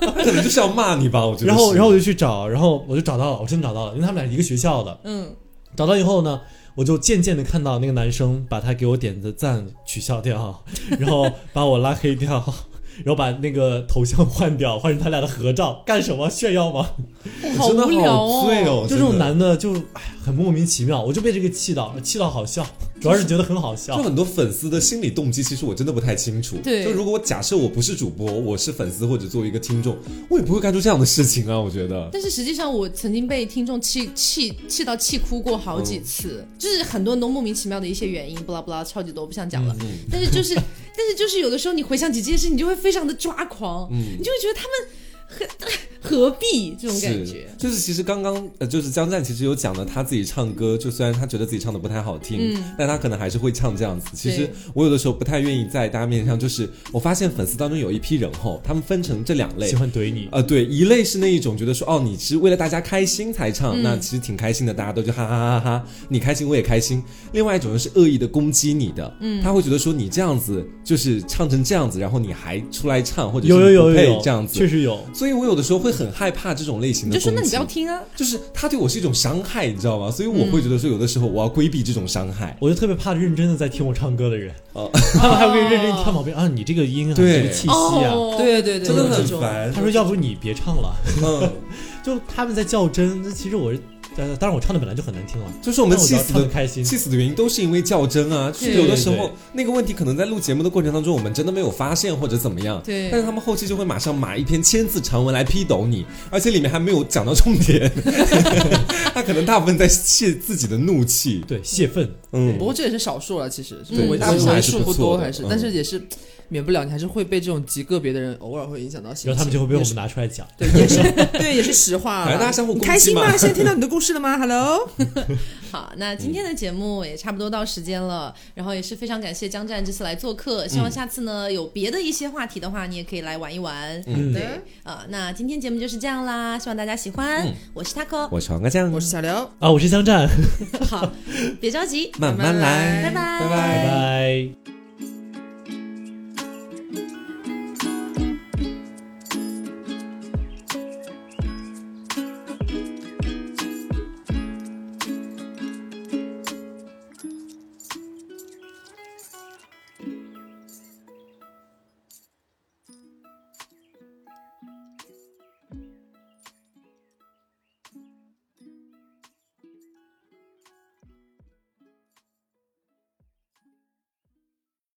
S2: 他可能就是要骂你吧，我觉得是。
S5: 然后然后我就去找，然后我就找到了，我真的找到了，因为他们俩一个学校的，
S1: 嗯，
S5: 找到以后呢。我就渐渐的看到那个男生把他给我点的赞取消掉， 然后把我拉黑掉， 然后把那个头像换掉，换成他俩的合照，干什么炫耀吗？
S1: 好
S2: 真的
S1: 无聊
S2: 好醉哦，
S5: 就这种
S2: 真的。
S5: 男的就哎呀很莫名其妙，我就被这个气到，气到好 笑，主要是觉得很好
S2: 就
S5: 笑。
S2: 很多粉丝的心理动机，其实我真的不太清楚。
S1: 对
S2: 就如果我假设我不是主播，我是粉丝或者作为一个听众，我也不会干出这样的事情啊。我觉得，
S1: 但是实际上，我曾经被听众气气气到气哭过好几次，
S2: 嗯
S1: 就是很多人都莫名其妙的一些原因，不啦不啦，超级多，我不想
S2: 嗯
S1: 讲了。但是就是，但是就是有的时候你回想起这件事，你就会非常的抓狂，
S2: 嗯
S1: 你就会觉得他们 何何必这种感觉。
S2: 是，就是其实刚刚呃，就是江战其实有讲了他自己唱歌，就虽然他觉得自己唱的不太好听，但他可能还是会唱这样子。其实
S1: 嗯对
S2: 我有的时候不太愿意在大家面前唱，就是我发现粉丝当中有一批人吼，他们分成这两类
S5: 喜。欢怼你，
S2: 呃，对，一类是那一种觉得说，哦，你是为了大家开心才
S1: 嗯
S2: 唱，那其实挺开心的，大家都就哈哈哈哈，你开心我也开心。另外一种人是恶意的攻击你的，嗯，他会觉得说你这样子就是唱成这样子，然后你还出来唱，或者是
S5: 有有
S2: 你
S5: 有
S2: 不
S5: 有
S2: 配
S5: 有
S2: 这样子
S5: 确，实有。
S2: 所以我有的时候会很害怕这种类型
S1: 你
S2: 的
S1: 就
S2: 攻击。
S1: 说，那你不要嗯听啊，
S2: 就是他对我是一种伤害，你知道吗？所以我会觉得说，有的时候我要规避这种伤 害。
S5: 我就特别怕认真的在听我唱歌的人，
S2: 哦
S5: 他们还会认真地挑毛病啊，你这个音啊，
S2: 对
S5: 这个气息啊。
S1: 哦，
S3: 对对对，
S2: 真的
S3: 有这
S2: 很
S3: 种。
S2: 烦
S5: 他。说：“要不你别唱了。
S2: 嗯，”
S5: 就他们在较真，那其实我是，呃当然我唱的本来就很难听了，
S2: 就是我们
S5: 但我
S2: 气
S5: 只要
S2: 死
S5: 唱的
S2: 的
S5: 开心。
S2: 气死的原因都是因为较真啊。就是
S1: 对
S2: 有的时
S5: 对
S2: 候那个问题可能在录节目的过程当中，我们真的没有发现或者怎么样。
S1: 对
S2: 但是他们后期就会马上码一篇千字长文来批斗你，而且里面还没有讲到重 点。 他可能大部分在泄自己的怒气。
S5: 对，泄愤。
S2: 嗯
S3: 不，过这也是少数了，其实
S2: 对
S3: 为
S2: 大部分还
S3: 为
S2: 是
S3: 数
S2: 不
S3: 不
S2: 错
S3: 多，
S2: 的
S3: 还是
S2: 嗯，
S3: 但是也是免不了，你还是会被这种极个别的人偶尔会影响到心情。
S5: 然后他们就会被我
S3: 也
S5: 们
S3: 是
S5: 拿出哎来讲，
S3: 对，也是对，也是实话
S2: 反正大家
S3: 了。
S2: 相互
S3: 你
S2: 攻击
S3: 开心
S2: 嘛
S3: 吗？现在听到你的故事了吗？Hello，
S1: 好，那今天的节目也差不多到时间了，然后也是非常感谢江战这次来做客，
S2: 嗯
S1: 希望下次呢有别的一些话题的话，你也可以来玩一玩。
S5: 嗯
S1: 对，啊、那今天节目就是这样啦，希望大家喜欢。
S2: 嗯
S1: 我是 Taco，
S2: 我是黄瓜酱，
S3: 我是小刘，
S5: 啊，我是江战，
S1: 好，别着急，
S2: 慢慢来，
S1: 拜拜
S2: 拜
S5: 拜
S2: 拜。
S5: 拜。